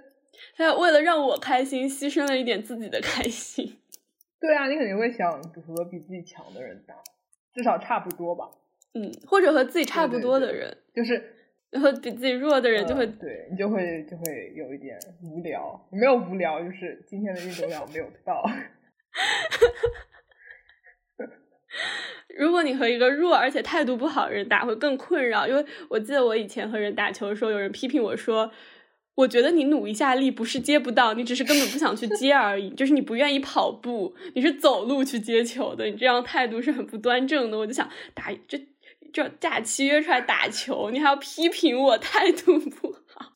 Speaker 2: 他要为了让我开心，牺牲了一点自己的开心。
Speaker 1: 对啊，你肯定会想和比自己强的人打，至少差不多吧。
Speaker 2: 嗯，或者和自己差不多
Speaker 1: 对
Speaker 2: 的
Speaker 1: 对
Speaker 2: 人，
Speaker 1: 就是
Speaker 2: 和比自己弱的人就会
Speaker 1: 嗯对你就会就会有一点无聊，没有无聊，就是今天的运动量没有到。 [laughs]
Speaker 2: 如果你和一个弱而且态度不好的人打，会更困扰。因为我记得我以前和人打球的时候，有人批评我说：“我觉得你努一下力不是接不到，你只是根本不想去接而已， [laughs] 就是你不愿意跑步，你是走路去接球的，你这样态度是很不端正的。”我就想打这这假期约出来打球，你还要批评我态度不好？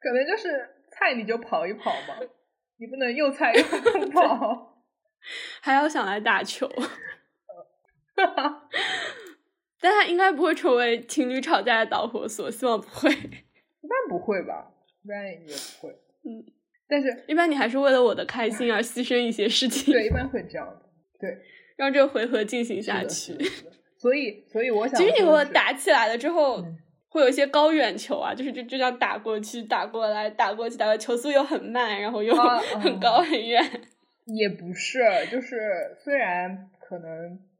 Speaker 1: 可能就是菜你就跑一跑
Speaker 2: [laughs]
Speaker 1: 嘛，你不能又菜又不跑。
Speaker 2: 还要想来打球。但他应该不会成为情侣吵架的导火索，希望不会。
Speaker 1: 一般不会吧？一般也不会。
Speaker 2: 嗯，
Speaker 1: [laughs] 但是
Speaker 2: 一般你还是为了我的开心而牺牲一些事情，
Speaker 1: 对，一般会这样的。
Speaker 2: 让这个回合进行
Speaker 1: 是
Speaker 2: 下
Speaker 1: 的
Speaker 2: 去。
Speaker 1: 是的是的所以，所以我想，
Speaker 2: 其实你和我，打起来了之后，
Speaker 1: 嗯
Speaker 2: 会有一些高远球啊，就是就就这样打过去、打过来、打过去、打过来，球速又很慢，然后又
Speaker 1: 啊
Speaker 2: 很高很远。
Speaker 1: 也不是，就是虽然可能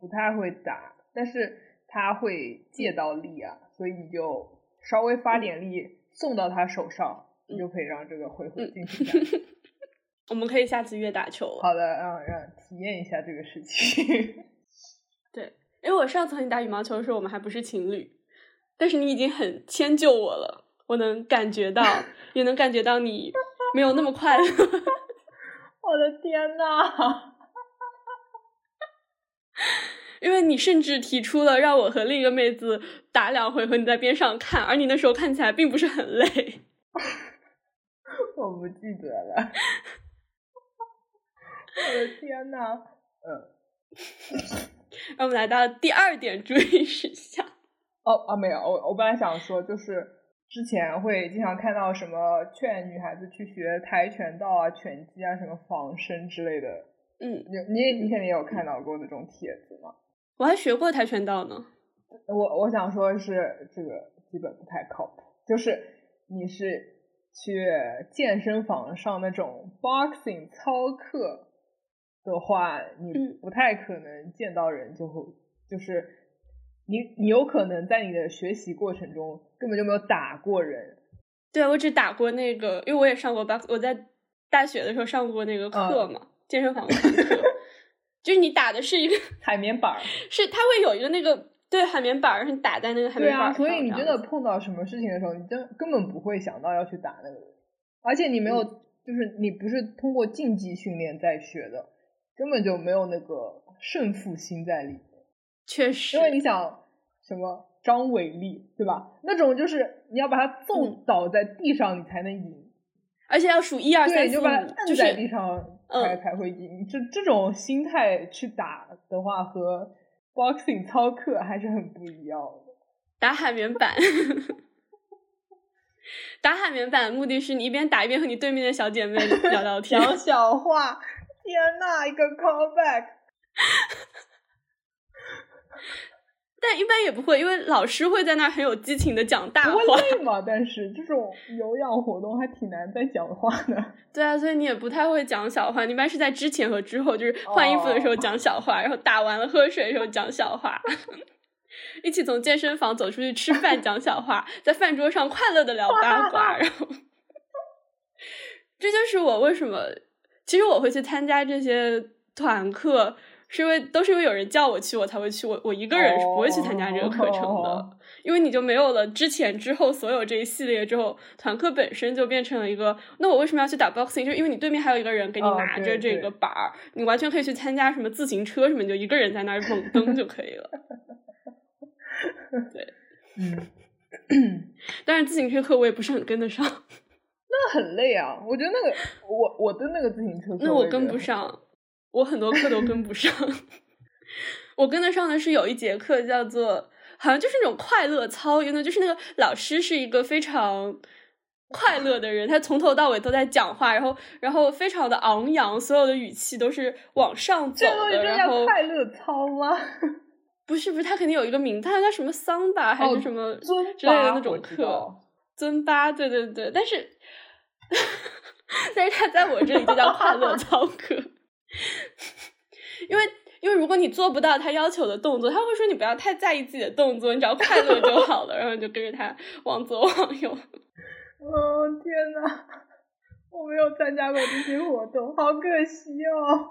Speaker 1: 不太会打，但是他会借到力啊，所以你就稍微发点力送到他手上，你就可以让这个回合进行下
Speaker 2: 嗯
Speaker 1: 去。
Speaker 2: 我们可以下次约打球，
Speaker 1: 好的，让让体验一下这个事情。 [laughs]
Speaker 2: 因为我上次和你打羽毛球的时候，我们还不是情侣，但是你已经很迁就我了，我能感觉到，也能感觉到你没有那么快乐。
Speaker 1: 我的天呐！
Speaker 2: 因为你甚至提出了让我和另一个妹子打两回合，你在边上看，而你那时候看起来并不是很累。
Speaker 1: 我不记得了。 [laughs] 我的天呐！嗯，
Speaker 2: 让我们来到第二点注意事项，
Speaker 1: 哦啊，没有，我我本来想说，就是之前会经常看到什么劝女孩子去学跆拳道啊、拳击啊、什么防身之类的，
Speaker 2: 嗯，
Speaker 1: 你你你肯定也有看到过那种帖子嘛。
Speaker 2: 我还学过跆拳道呢。
Speaker 1: 我我想说的是这个基本不太靠谱，就是你是去健身房上那种 boxing 操课的话，你
Speaker 2: 嗯
Speaker 1: 不太可能见到人就会，就是你你有可能在你的学习过程中根本就没有打过人，
Speaker 2: 对，我只打过那个，因为我也上过 box，我在大学的时候上过那个
Speaker 1: 嗯
Speaker 2: 课嘛，健身房的课， [laughs] 就是你打的是一个，
Speaker 1: 海绵板儿，
Speaker 2: 是它会有一个那个对海绵板儿，然后你打在那个海
Speaker 1: 对
Speaker 2: 绵板
Speaker 1: 啊，
Speaker 2: 儿上
Speaker 1: 所以你
Speaker 2: 这
Speaker 1: 真
Speaker 2: 样
Speaker 1: 的
Speaker 2: 子
Speaker 1: 碰到什么事情的时候，你真根本不会想到要去打那个人，而且你没有，
Speaker 2: 嗯
Speaker 1: 就是你不是通过竞技训练在学的，根本就没有那个胜负心在里面。
Speaker 2: 确实
Speaker 1: 因，为你想什么张伟丽对吧？那种就是你要把他揍
Speaker 2: 嗯
Speaker 1: 倒在地上，你才能赢。
Speaker 2: 而且要数一二
Speaker 1: 对，
Speaker 2: 三
Speaker 1: 你
Speaker 2: 四
Speaker 1: 就把他
Speaker 2: 五，
Speaker 1: 摁
Speaker 2: 就
Speaker 1: 在
Speaker 2: 是嗯
Speaker 1: 地上，才才会赢。这这种心态去打的话，和 boxing 操课还是很不一样的。
Speaker 2: 打海绵板，打海绵板目的是你一边打一边和你对面的小姐妹聊
Speaker 1: [laughs]
Speaker 2: 聊天。
Speaker 1: 讲小话，天呐，一个 callback。
Speaker 2: 但一般也不会，因为老师会在那儿很有激情的讲大
Speaker 1: 不
Speaker 2: 话。
Speaker 1: 会累吗？但是这种有氧活动还挺难再讲话的。
Speaker 2: 对啊，所以你也不太会讲小话，你一般是在之前和之后，就是换衣服的时候讲小话，然后打完了喝水的时候讲小话， [laughs] 一起从健身房走出去吃饭讲小话，在饭桌上快乐的聊八卦，然后这就是我为什么其实我会去参加这些团课，是因为都是因为有人叫我去，我才会去，我我一个人是不会去参加这个课程的。
Speaker 1: 哦
Speaker 2: 因为你就没有了之前之后所有这一系列之后，团课本身就变成了一个。那我为什么要去打 boxing？就是因为你对面还有一个人给你
Speaker 1: 哦
Speaker 2: 拿着
Speaker 1: 对
Speaker 2: 这
Speaker 1: 对
Speaker 2: 个板儿，你完全可以去参加什么自行车什么，你就一个人在那儿猛蹬就可以了。
Speaker 1: [laughs]
Speaker 2: [laughs]
Speaker 1: 嗯，
Speaker 2: 但是自行车课我也不是很跟得上，
Speaker 1: 那很累啊。我觉得那个我我的那个自行车，
Speaker 2: 那我跟不。上，我很多课都跟不上。 [laughs] 我跟得上的是有一节课叫做，好像就是那种快乐操，因为就是那个老师是一个非常快乐的人，他从头到尾都在讲话，然后然后非常的昂扬，所有的语气都是往上走
Speaker 1: 这个东西
Speaker 2: 的，
Speaker 1: 这
Speaker 2: 然
Speaker 1: 叫
Speaker 2: 后
Speaker 1: 快乐操
Speaker 2: [laughs]
Speaker 1: 吗？
Speaker 2: 不是不是，他肯定有一个名，他叫什么桑巴还
Speaker 1: 哦
Speaker 2: 是什么
Speaker 1: 尊巴
Speaker 2: 之类的那种
Speaker 1: 我知道
Speaker 2: 课，尊巴，对对对，但是但是他在我这里就叫快乐操课，因为因为如果你做不到他要求的动作，他会说你不要太在意自己的动作，你只要快乐就好了，然后你就跟着他往左往右。
Speaker 1: 嗯，天呐，我没有参加过这些活动，好可惜哦。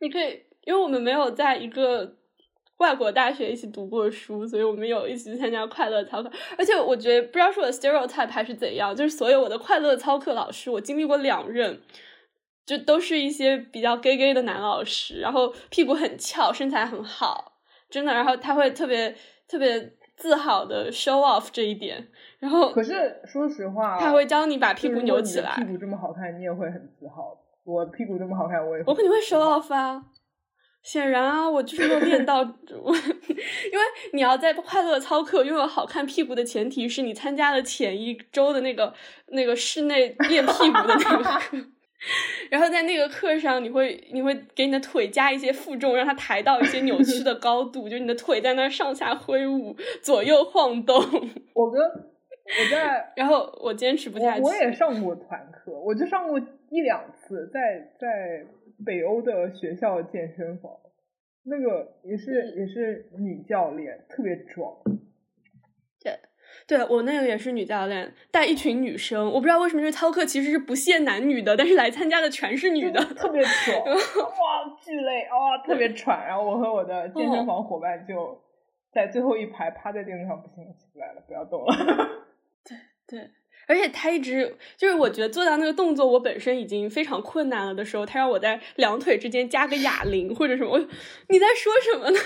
Speaker 2: 你可以，因为我们没有在一个外国大学一起读过书，所以我们有一起参加快乐操课。而且我觉得，不知道是我的 stereotype 还是怎样，就是所有我的快乐操课老师，我经历过两任，就都是一些比较 gay gay 的男老师，然后屁股很翘，身材很好，真的。然后他会特别特别自豪的 show off 这一点，然后
Speaker 1: 可是说实话，啊
Speaker 2: 他会教你把屁
Speaker 1: 就
Speaker 2: 股
Speaker 1: 如
Speaker 2: 扭
Speaker 1: 果你
Speaker 2: 起
Speaker 1: 的
Speaker 2: 来
Speaker 1: 屁。股这么好看，你也会很自豪的。我屁股这么好看，我也
Speaker 2: 我肯定会
Speaker 1: 自
Speaker 2: show
Speaker 1: 豪
Speaker 2: off 啊。显然啊，我就是没有
Speaker 1: [laughs]
Speaker 2: 练到我，因为你要在快乐操课拥有好看屁股的前提是你参加了前一周的那个那个室内练屁股的那个
Speaker 1: [laughs]
Speaker 2: 课，然后在那个课上你会你会给你的腿加一些负重，让它抬到一些扭曲的高度，就是你的腿在那儿上下挥舞、左右晃动， [laughs]
Speaker 1: 我跟我在
Speaker 2: 然后我坚持不下去。
Speaker 1: 我我也上过团课，我就上过一两次，在在北欧的学校健身房，那个也是
Speaker 2: 嗯
Speaker 1: 也是女教练，特别壮。
Speaker 2: 对我那个也是女教练，带一群女生，我不知道为什么这操课其实是不限男女的，但是来参加的全是 [laughs] 女
Speaker 1: 真
Speaker 2: 的。
Speaker 1: 特别
Speaker 2: [laughs]
Speaker 1: 爽，哇，巨累，哇，特别喘。然后我和我的健身房伙伴就在最后一排趴在垫子上，不行，起不来了，不要动了。 [laughs]
Speaker 2: [laughs] 而且她一直就是我觉得做到那个动作，我本身已经非常困难了的时候，她让我在两腿之间加个哑铃或者什么，我你在说什么呢？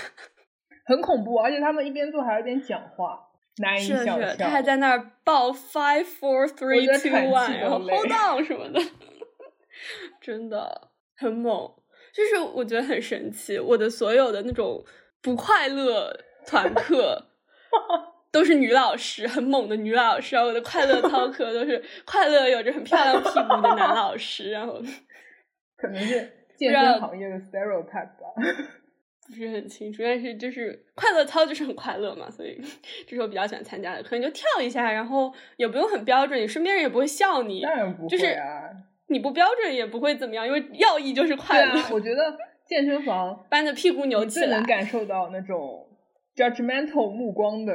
Speaker 1: 很恐怖，而且他们一边做还有点讲话，难以
Speaker 2: 是
Speaker 1: 想象。
Speaker 2: 是，她还在那儿报 five four
Speaker 1: 我
Speaker 2: three
Speaker 1: 觉得
Speaker 2: two
Speaker 1: 喘气都
Speaker 2: one，然后
Speaker 1: 累
Speaker 2: hold on 什么的， [laughs] 真的很猛。就是我觉得很神奇，我的所有的那种不快乐团
Speaker 1: [laughs]
Speaker 2: 课。都是女老师，很猛的女老师，然后我的快乐操课都
Speaker 1: [laughs]
Speaker 2: 是快乐有着很漂亮屁股的男老师，然后
Speaker 1: 可能是健
Speaker 2: 不知道
Speaker 1: 身行业的 stereotype 吧。
Speaker 2: 不是很清楚，但是就是快乐操就是很快乐嘛，所以这是我比较喜欢参加的课。你就跳一下，然后也不用很标准，你身边人也不会笑你，
Speaker 1: 当然不
Speaker 2: 就是
Speaker 1: 会啊，
Speaker 2: 你不标准也不会怎么样，因为要义就是
Speaker 1: 对
Speaker 2: 快 [laughs] 乐，
Speaker 1: 啊，我觉得健身房
Speaker 2: 把你的屁股扭
Speaker 1: 你
Speaker 2: 起
Speaker 1: 最能
Speaker 2: 来。
Speaker 1: 感受到那种 judgmental 目光的，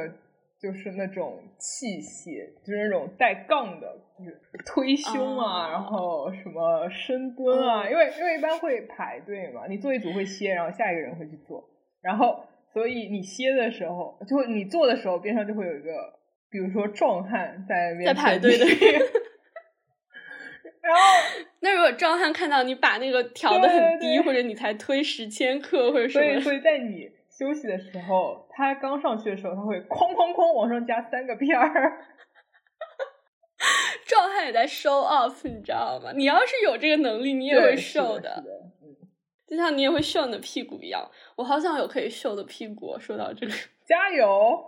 Speaker 1: 就是那种器械，就是那种带杠的，就是推胸啊，
Speaker 2: 啊
Speaker 1: 然后什么深蹲啊，
Speaker 2: 嗯
Speaker 1: 因为因为一般会排队嘛，你做一组会歇，然后下一个人会去做，然后所以你歇的时候，就会你做的时候边上就会有一个，比如说壮汉在那边
Speaker 2: 在排
Speaker 1: 等
Speaker 2: 队的
Speaker 1: 你
Speaker 2: 人，
Speaker 1: 然后
Speaker 2: 那如果壮汉看到你把那个调的很低，
Speaker 1: 对对
Speaker 2: 或者你才推十千克或者什
Speaker 1: 所以，
Speaker 2: 么，
Speaker 1: 所以在你休息的时候，他
Speaker 2: [laughs]
Speaker 1: 刚上去的时候，他会哐哐哐往上加三个片儿，
Speaker 2: 状态也在 show off，你知道吗？你要是有这个能力，你也会瘦
Speaker 1: 的，嗯
Speaker 2: 就像你也会秀你的屁股一样。我好想有可以秀的屁股。哦说到这个，
Speaker 1: 加油！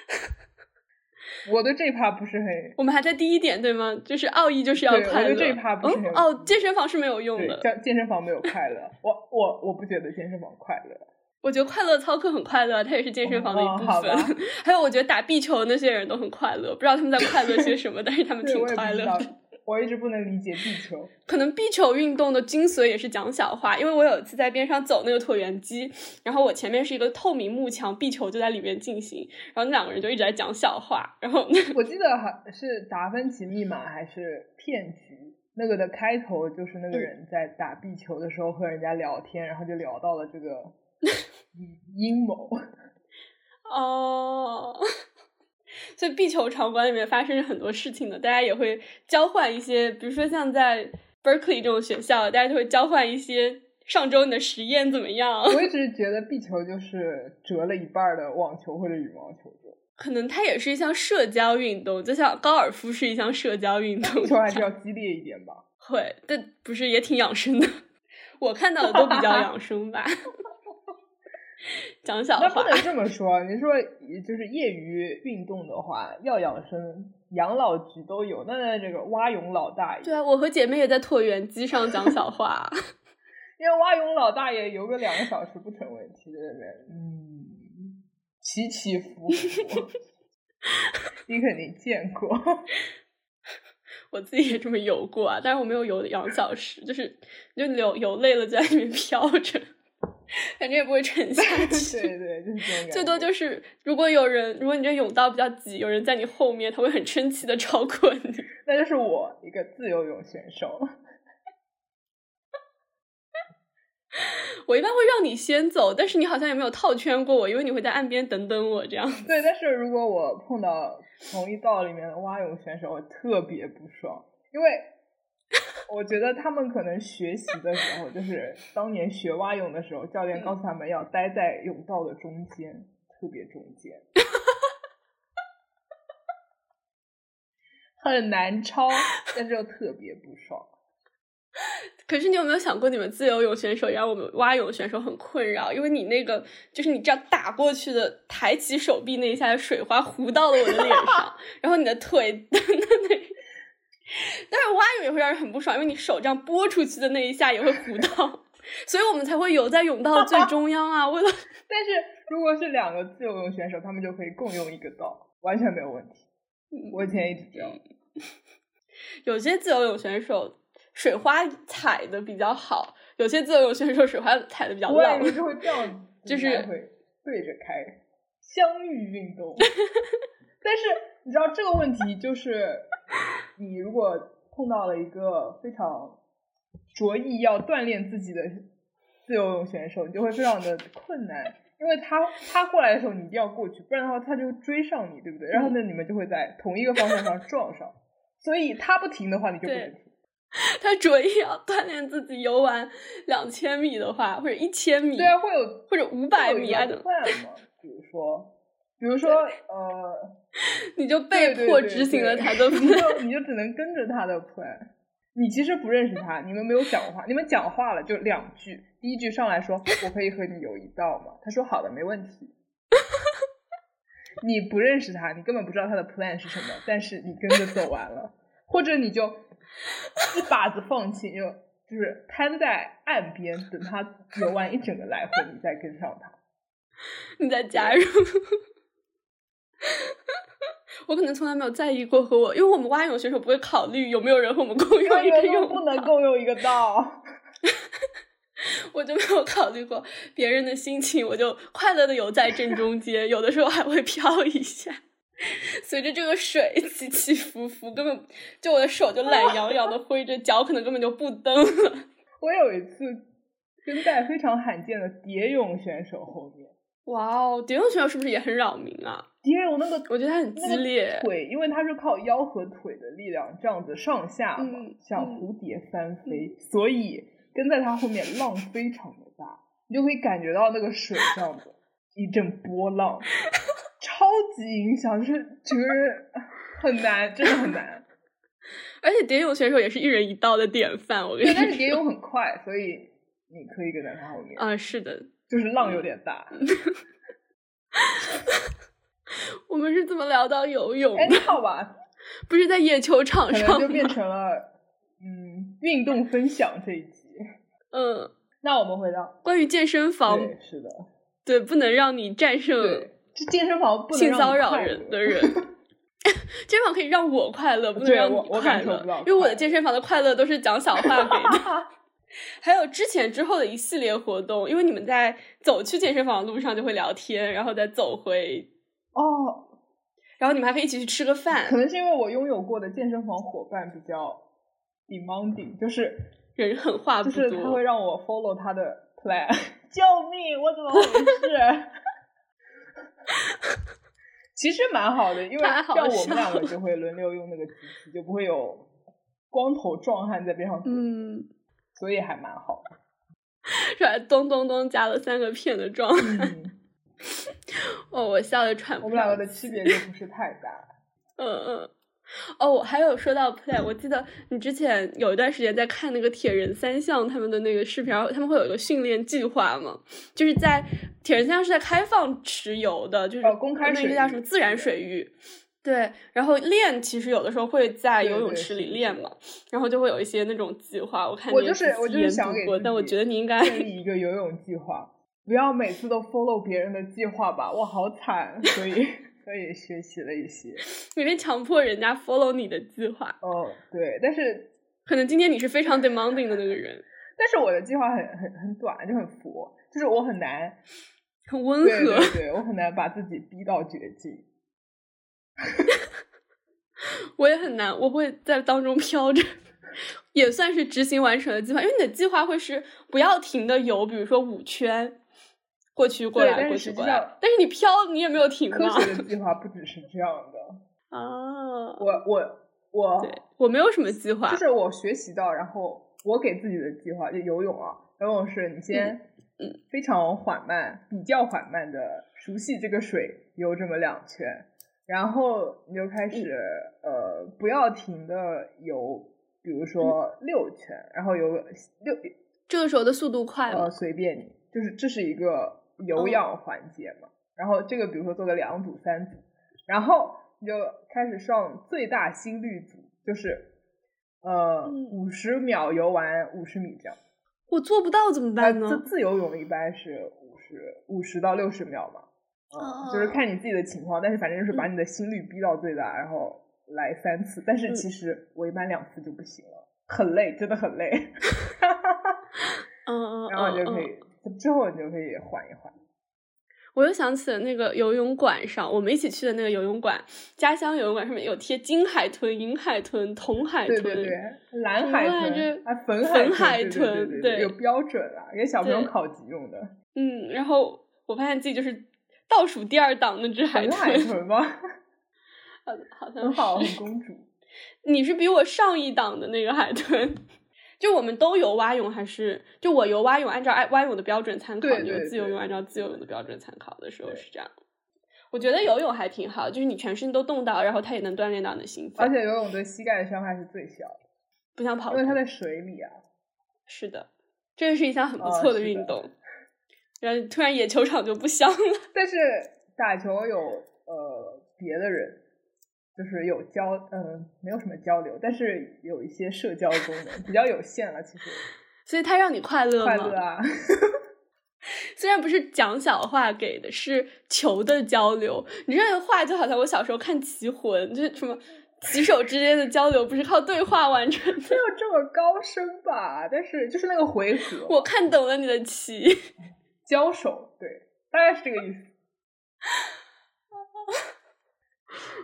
Speaker 2: [laughs]
Speaker 1: 我对这趴不是很，
Speaker 2: 我们还在第一点对吗？就是奥义就是要快乐。
Speaker 1: 我对这趴不是很、
Speaker 2: 嗯、哦，健身房是没有用的。
Speaker 1: 健健身房没有快乐，我我我不觉得健身房快乐。
Speaker 2: 我觉得快乐操课很快乐，它也是健身房的一部
Speaker 1: [laughs]
Speaker 2: 分。
Speaker 1: 哦、
Speaker 2: 还有，我觉得打壁球那些人都很快乐，不知道他们在快乐些什么，但是他们挺快乐的。
Speaker 1: 我一直不能理解壁球，
Speaker 2: 可能壁球运动的精髓也是讲小话。因为我有一次在边上走那个椭圆机，然后我前面是一个透明幕墙，壁球就在里面进行，然后那两个人就一直在讲小话。然后
Speaker 1: [laughs] 我记得还是达芬奇密码还是骗局那个的开头，就是那个人在打壁球的时候和人家聊天，嗯、然后就聊到了这个阴谋。
Speaker 2: [laughs] 哦。所以壁球场馆里面发生很多事情的，大家也会交换一些，比如说像在 Berkeley 这种学校，大家就会交换一些上周你的实验怎么样。
Speaker 1: 我一直觉得壁球就是折了一半的网球或者羽毛球
Speaker 2: 可能它也是一项社交运动，就像高尔夫是一项社交运
Speaker 1: [laughs]
Speaker 2: 动。
Speaker 1: 壁球还是要激烈一点吧。
Speaker 2: 会，但不是也挺养生的。我看到的都比较养
Speaker 1: [laughs]
Speaker 2: 生吧。讲小话，
Speaker 1: 那不能这么说。你说就是业余运动的话，要养生，养老局都有。那这个蛙泳老大爷，
Speaker 2: 对啊，我和姐妹也在椭圆机上讲小话， [laughs]
Speaker 1: 因为蛙泳老大爷游个两个小时不成问题，对不对？嗯，起起伏伏， [laughs] 你肯定见过。 [laughs]
Speaker 2: 我自己也这么游过啊，但是我没有游两小时，就是就游游累了，在里面飘着。反正也不会沉下
Speaker 1: 去， [laughs] 对对，就是这种
Speaker 2: 最多就是如果有人，如果你这泳道比较挤，有人在你后面，他会很生 [laughs] 气的超过你。
Speaker 1: 那就是我一个自由泳选手。
Speaker 2: 我一般会让你先走，但是你好像也没有套圈过我，因为你会在岸边等等我这样。 [laughs]
Speaker 1: 对，但是如果我碰到同一道里面的蛙泳选手，我特别不爽，因为。我觉得他们可能学习的时候，就是当年学蛙泳的时候，教练告诉他们要待在泳道的中间，特别中间， [laughs] 很难抄，但是又特别不爽。
Speaker 2: 可是你有没有想过，你们自由泳选手也让我们蛙泳选手很困扰，因为你那个就是你这样打过去的，抬起手臂那一下的水花糊到了我的脸上，然后你的腿。 [laughs] 但是蛙泳也会让人很不爽，因为你手这样拨出去的那一下也会糊到， [laughs] 所以我们才会游在泳道最中央啊。为了，
Speaker 1: 但是如果是两个自由泳选手，他们就可以共用一个道，完全没有问题。我以前一直这样。
Speaker 2: 有些自由泳选手水花踩的比较好，有些自由泳选手水花踩的比较烂， [laughs]
Speaker 1: 就会这样，
Speaker 2: 就是
Speaker 1: 会对着开，相遇运
Speaker 2: [laughs]
Speaker 1: 动。但是你知道这个问题就是。你如果碰到了一个非常着意要锻炼自己的自由泳选手，你就会非常的困难，因为他他过来的时候你一定要过去，不然的话他就追上你，对不对？然
Speaker 2: 嗯
Speaker 1: 后呢，你们就会在同一个方向上撞上，所以他不停的话，你就不能停。
Speaker 2: 他着意要锻炼自己游完两千米的话，或者一千米，
Speaker 1: 对啊，会有
Speaker 2: 或者五百米啊
Speaker 1: 的。比如说。比如说，呃，
Speaker 2: 你就被迫执行了他的
Speaker 1: 你就你就只能跟着他的 plan。你其实不认识他，你们没有讲话，你们讲话了就两句，第一句上来说我可以和你有一道吗？他说好的，没问题。你不认识他，你根本不知道他的 plan 是什么，但是你跟着走完了，或者你就一把子放弃，就就是瘫在岸边等他游完一整个来回，你再跟上他，
Speaker 2: 你再加入。 [laughs] 我可能从来没有在意过和我，因为我们蛙泳选手不会考虑有没有人和我们
Speaker 1: [laughs]
Speaker 2: 共用一个泳，
Speaker 1: 不能共用一个道。 [laughs]
Speaker 2: 我就没有考虑过别人的心情，我就快乐的游在正中间， [laughs] 有的时候还会飘一下，随着这个水起起伏伏，根本就我的手就懒洋洋的挥着，脚可能根本就不蹬了。
Speaker 1: 我有一次跟在非常罕见的蝶泳选手后面。
Speaker 2: 哇哦，蝶泳选手是不是也很扰民啊？
Speaker 1: 蝶泳那个，
Speaker 2: 我觉得他很激烈，
Speaker 1: 那个腿，因为他是靠腰和腿的力量这样子上下嘛，
Speaker 2: 嗯、
Speaker 1: 像蝴蝶翻飞，嗯、所以跟在他后面浪非常的大，你就可以感觉到那个水这样
Speaker 2: [laughs]
Speaker 1: 子一阵波浪，超级影响，就是整个人很难，真的很
Speaker 2: [laughs]
Speaker 1: 难。
Speaker 2: 而且蝶泳选手也是一人一道的典范，我跟
Speaker 1: 对，
Speaker 2: 你说。
Speaker 1: 但是蝶泳很快，所以你可以跟在他后面，
Speaker 2: 啊、是的，
Speaker 1: 就是浪有点大。
Speaker 2: 嗯我们是怎么聊到游泳
Speaker 1: 哎，
Speaker 2: 的？
Speaker 1: 好吧，
Speaker 2: 不是在野球场
Speaker 1: 可
Speaker 2: 上
Speaker 1: 能就
Speaker 2: 吗？
Speaker 1: 变成了嗯运动分享这一集。
Speaker 2: 嗯，
Speaker 1: 那我们回到
Speaker 2: 关于健身房，
Speaker 1: 对，是的，
Speaker 2: 对，不能让你战胜
Speaker 1: 对，这健身房不能
Speaker 2: 性
Speaker 1: 让
Speaker 2: 骚
Speaker 1: 你
Speaker 2: 扰
Speaker 1: 快
Speaker 2: 人
Speaker 1: 乐
Speaker 2: 的 [laughs] 人。健身房可以让我快乐，不能
Speaker 1: 对
Speaker 2: 让你
Speaker 1: 我我
Speaker 2: 快
Speaker 1: 感受
Speaker 2: 乐
Speaker 1: 不到，
Speaker 2: 因为我
Speaker 1: 快乐
Speaker 2: 的健身房的快乐都是讲小话给 [laughs] 的。还有之前之后的一系列活动，因为你们在走去健身房的路上就会聊天，然后再走回，
Speaker 1: 哦，
Speaker 2: 然后你们还可以一起去吃个
Speaker 1: 可
Speaker 2: 饭，
Speaker 1: 能是因为我拥有过的健身房伙伴比较 demanding，就是
Speaker 2: 人狠话
Speaker 1: 就
Speaker 2: 不
Speaker 1: 是他
Speaker 2: 多
Speaker 1: 会。让我 follow 他的 plan。救 [laughs] 命！我怎么回事？ [laughs] 其实蛮好的，因为
Speaker 2: 太好
Speaker 1: 这样我们两
Speaker 2: 笑
Speaker 1: 个
Speaker 2: 了
Speaker 1: 就会轮流用那个机器，就不会有光头壮汉在边上，
Speaker 2: 嗯，
Speaker 1: 所以还蛮好的。
Speaker 2: 出来咚咚咚加了三个片的妆，
Speaker 1: 嗯，
Speaker 2: 哦，我笑的喘
Speaker 1: [laughs]
Speaker 2: 不
Speaker 1: 我们
Speaker 2: 上
Speaker 1: 两个的区别就不是太大。
Speaker 2: [laughs] 嗯嗯，哦，我还有说到 play，我记得你之前有一段时间在看那个铁人三项他们的那个视频，然后他们会有一个训练计划嘛，就是在铁人三项是在开放池游的，就是
Speaker 1: 哦公开
Speaker 2: 那
Speaker 1: 水
Speaker 2: 个叫
Speaker 1: 域
Speaker 2: 什么自然
Speaker 1: 是的
Speaker 2: 水域。对，然后练其实有的时候会在
Speaker 1: 对
Speaker 2: 游泳
Speaker 1: 对
Speaker 2: 池
Speaker 1: 是
Speaker 2: 里
Speaker 1: 的是
Speaker 2: 练
Speaker 1: 的
Speaker 2: 嘛，然后就会有一些那种计划。我看
Speaker 1: 我
Speaker 2: 你
Speaker 1: 就
Speaker 2: 也
Speaker 1: 是
Speaker 2: 仔
Speaker 1: 我
Speaker 2: 细
Speaker 1: 就是
Speaker 2: 研
Speaker 1: 想
Speaker 2: 读
Speaker 1: 给
Speaker 2: 过
Speaker 1: 自
Speaker 2: 但我
Speaker 1: 己
Speaker 2: 觉得你应该
Speaker 1: 建立一个游泳计划，不要每次都 follow 别人的计划吧，我好惨。所以所以学习了一些。
Speaker 2: 每天强迫人家 follow 你的计划。
Speaker 1: 哦，对，但是
Speaker 2: 可能今天你是非常 demanding 的那个人，
Speaker 1: 但是我的计划很很很短，就很佛，就是我很难，
Speaker 2: 很温和。
Speaker 1: 对对对，我很难把自己逼到绝境。
Speaker 2: 我也很难，我会在当中飘着， [laughs] 也算是执行完成了计划。因为你的计划会是不要停的游，比如说五圈，过去过
Speaker 1: 对
Speaker 2: 来
Speaker 1: 但
Speaker 2: 过
Speaker 1: 是
Speaker 2: 去
Speaker 1: 实
Speaker 2: 过
Speaker 1: 际
Speaker 2: 来
Speaker 1: 上，
Speaker 2: 但是你飘你也没有停
Speaker 1: 科
Speaker 2: 嘛。
Speaker 1: 学的计划不只是这样的，
Speaker 2: 啊，
Speaker 1: 我我我，
Speaker 2: 对我没有什么计划，
Speaker 1: 就是我学习到，然后我给自己的计划就游泳啊，游泳是你先
Speaker 2: 嗯
Speaker 1: 非常缓慢、比较缓慢的熟悉这个水，游这么两圈，然后你就
Speaker 2: 嗯
Speaker 1: 开始、呃不要停的游，比如说
Speaker 2: 嗯
Speaker 1: 六圈，然后游个六
Speaker 2: 这个时候的速度快
Speaker 1: 呃
Speaker 2: 嘛。
Speaker 1: 随便你，就是这是一个
Speaker 2: 嗯
Speaker 1: 有氧环节嘛，然后这个比如说做个两组、三组，然后你就开始上最大心率组，就是呃
Speaker 2: 嗯
Speaker 1: 五十秒游完五十米这样。
Speaker 2: 我做不到怎么
Speaker 1: 那
Speaker 2: 办
Speaker 1: 自
Speaker 2: 呢？
Speaker 1: 自由泳一般是五十五十到六十秒嘛，嗯，就是
Speaker 2: 哦嗯
Speaker 1: 看你自己的情况，但是反正就是把你的心率逼到最大，然后来三次。但是
Speaker 2: 嗯
Speaker 1: 其实我一般两次就不行了，很累，真的很累。
Speaker 2: 嗯嗯
Speaker 1: 然后你
Speaker 2: 嗯
Speaker 1: 就可
Speaker 2: 嗯，
Speaker 1: 以之后你就可以缓一缓。
Speaker 2: 我又想起了那个游泳馆上，我们一起去的那个游泳馆，家乡游泳馆上面有贴金海豚、银海豚、铜海
Speaker 1: 对
Speaker 2: 豚，
Speaker 1: 对对，蓝
Speaker 2: 红
Speaker 1: 海
Speaker 2: 海
Speaker 1: 豚
Speaker 2: 豚
Speaker 1: 啊，粉
Speaker 2: 粉海
Speaker 1: 海豚，对
Speaker 2: 豚
Speaker 1: 对对
Speaker 2: 对
Speaker 1: 有标准啊，给小朋友
Speaker 2: 对
Speaker 1: 考级用的。
Speaker 2: 嗯，然后我发现自己就是倒数第二档那只海
Speaker 1: 粉
Speaker 2: 豚，
Speaker 1: 海豚吗？
Speaker 2: [laughs] 好的好像
Speaker 1: 很好，
Speaker 2: 是
Speaker 1: 很公
Speaker 2: [laughs]
Speaker 1: 主。
Speaker 2: 你是比我上一档的那个海豚。就我们都游蛙泳，还是就我游蛙泳，按照爱蛙泳的标准参考；
Speaker 1: 对
Speaker 2: 你游
Speaker 1: 对
Speaker 2: 自由
Speaker 1: 对
Speaker 2: 泳，按照自由泳的标准参考的时候
Speaker 1: 对
Speaker 2: 是这样。我觉得游泳还挺好，就是你全身都动到，然后它也能锻炼到你的心
Speaker 1: 而
Speaker 2: 肺，
Speaker 1: 且游泳对膝盖的伤害是最小的，
Speaker 2: 不像跑
Speaker 1: 因
Speaker 2: 步
Speaker 1: 为。它在水里啊。
Speaker 2: 是的，这是一项很不
Speaker 1: 哦
Speaker 2: 错的
Speaker 1: 是
Speaker 2: 运
Speaker 1: 的
Speaker 2: 动。然后突然野球场就不香了。
Speaker 1: 但是打球有呃别的人，就是有交嗯、没有什么交流，但是有一些社交功能，比较有限了。
Speaker 2: [laughs]
Speaker 1: 其实
Speaker 2: 所以它让你快乐
Speaker 1: 快
Speaker 2: 吗？
Speaker 1: 乐
Speaker 2: [laughs]
Speaker 1: 啊，
Speaker 2: 虽然不是讲小话给的，是球的交流。你这个话就好像我小时候看《棋魂》，就是什么棋手之间的交流，不是靠对话完成的
Speaker 1: 没。有这么高深吧？但是就是那个回合，
Speaker 2: 我看懂了你的棋，
Speaker 1: 交手，对，大概是这个意思。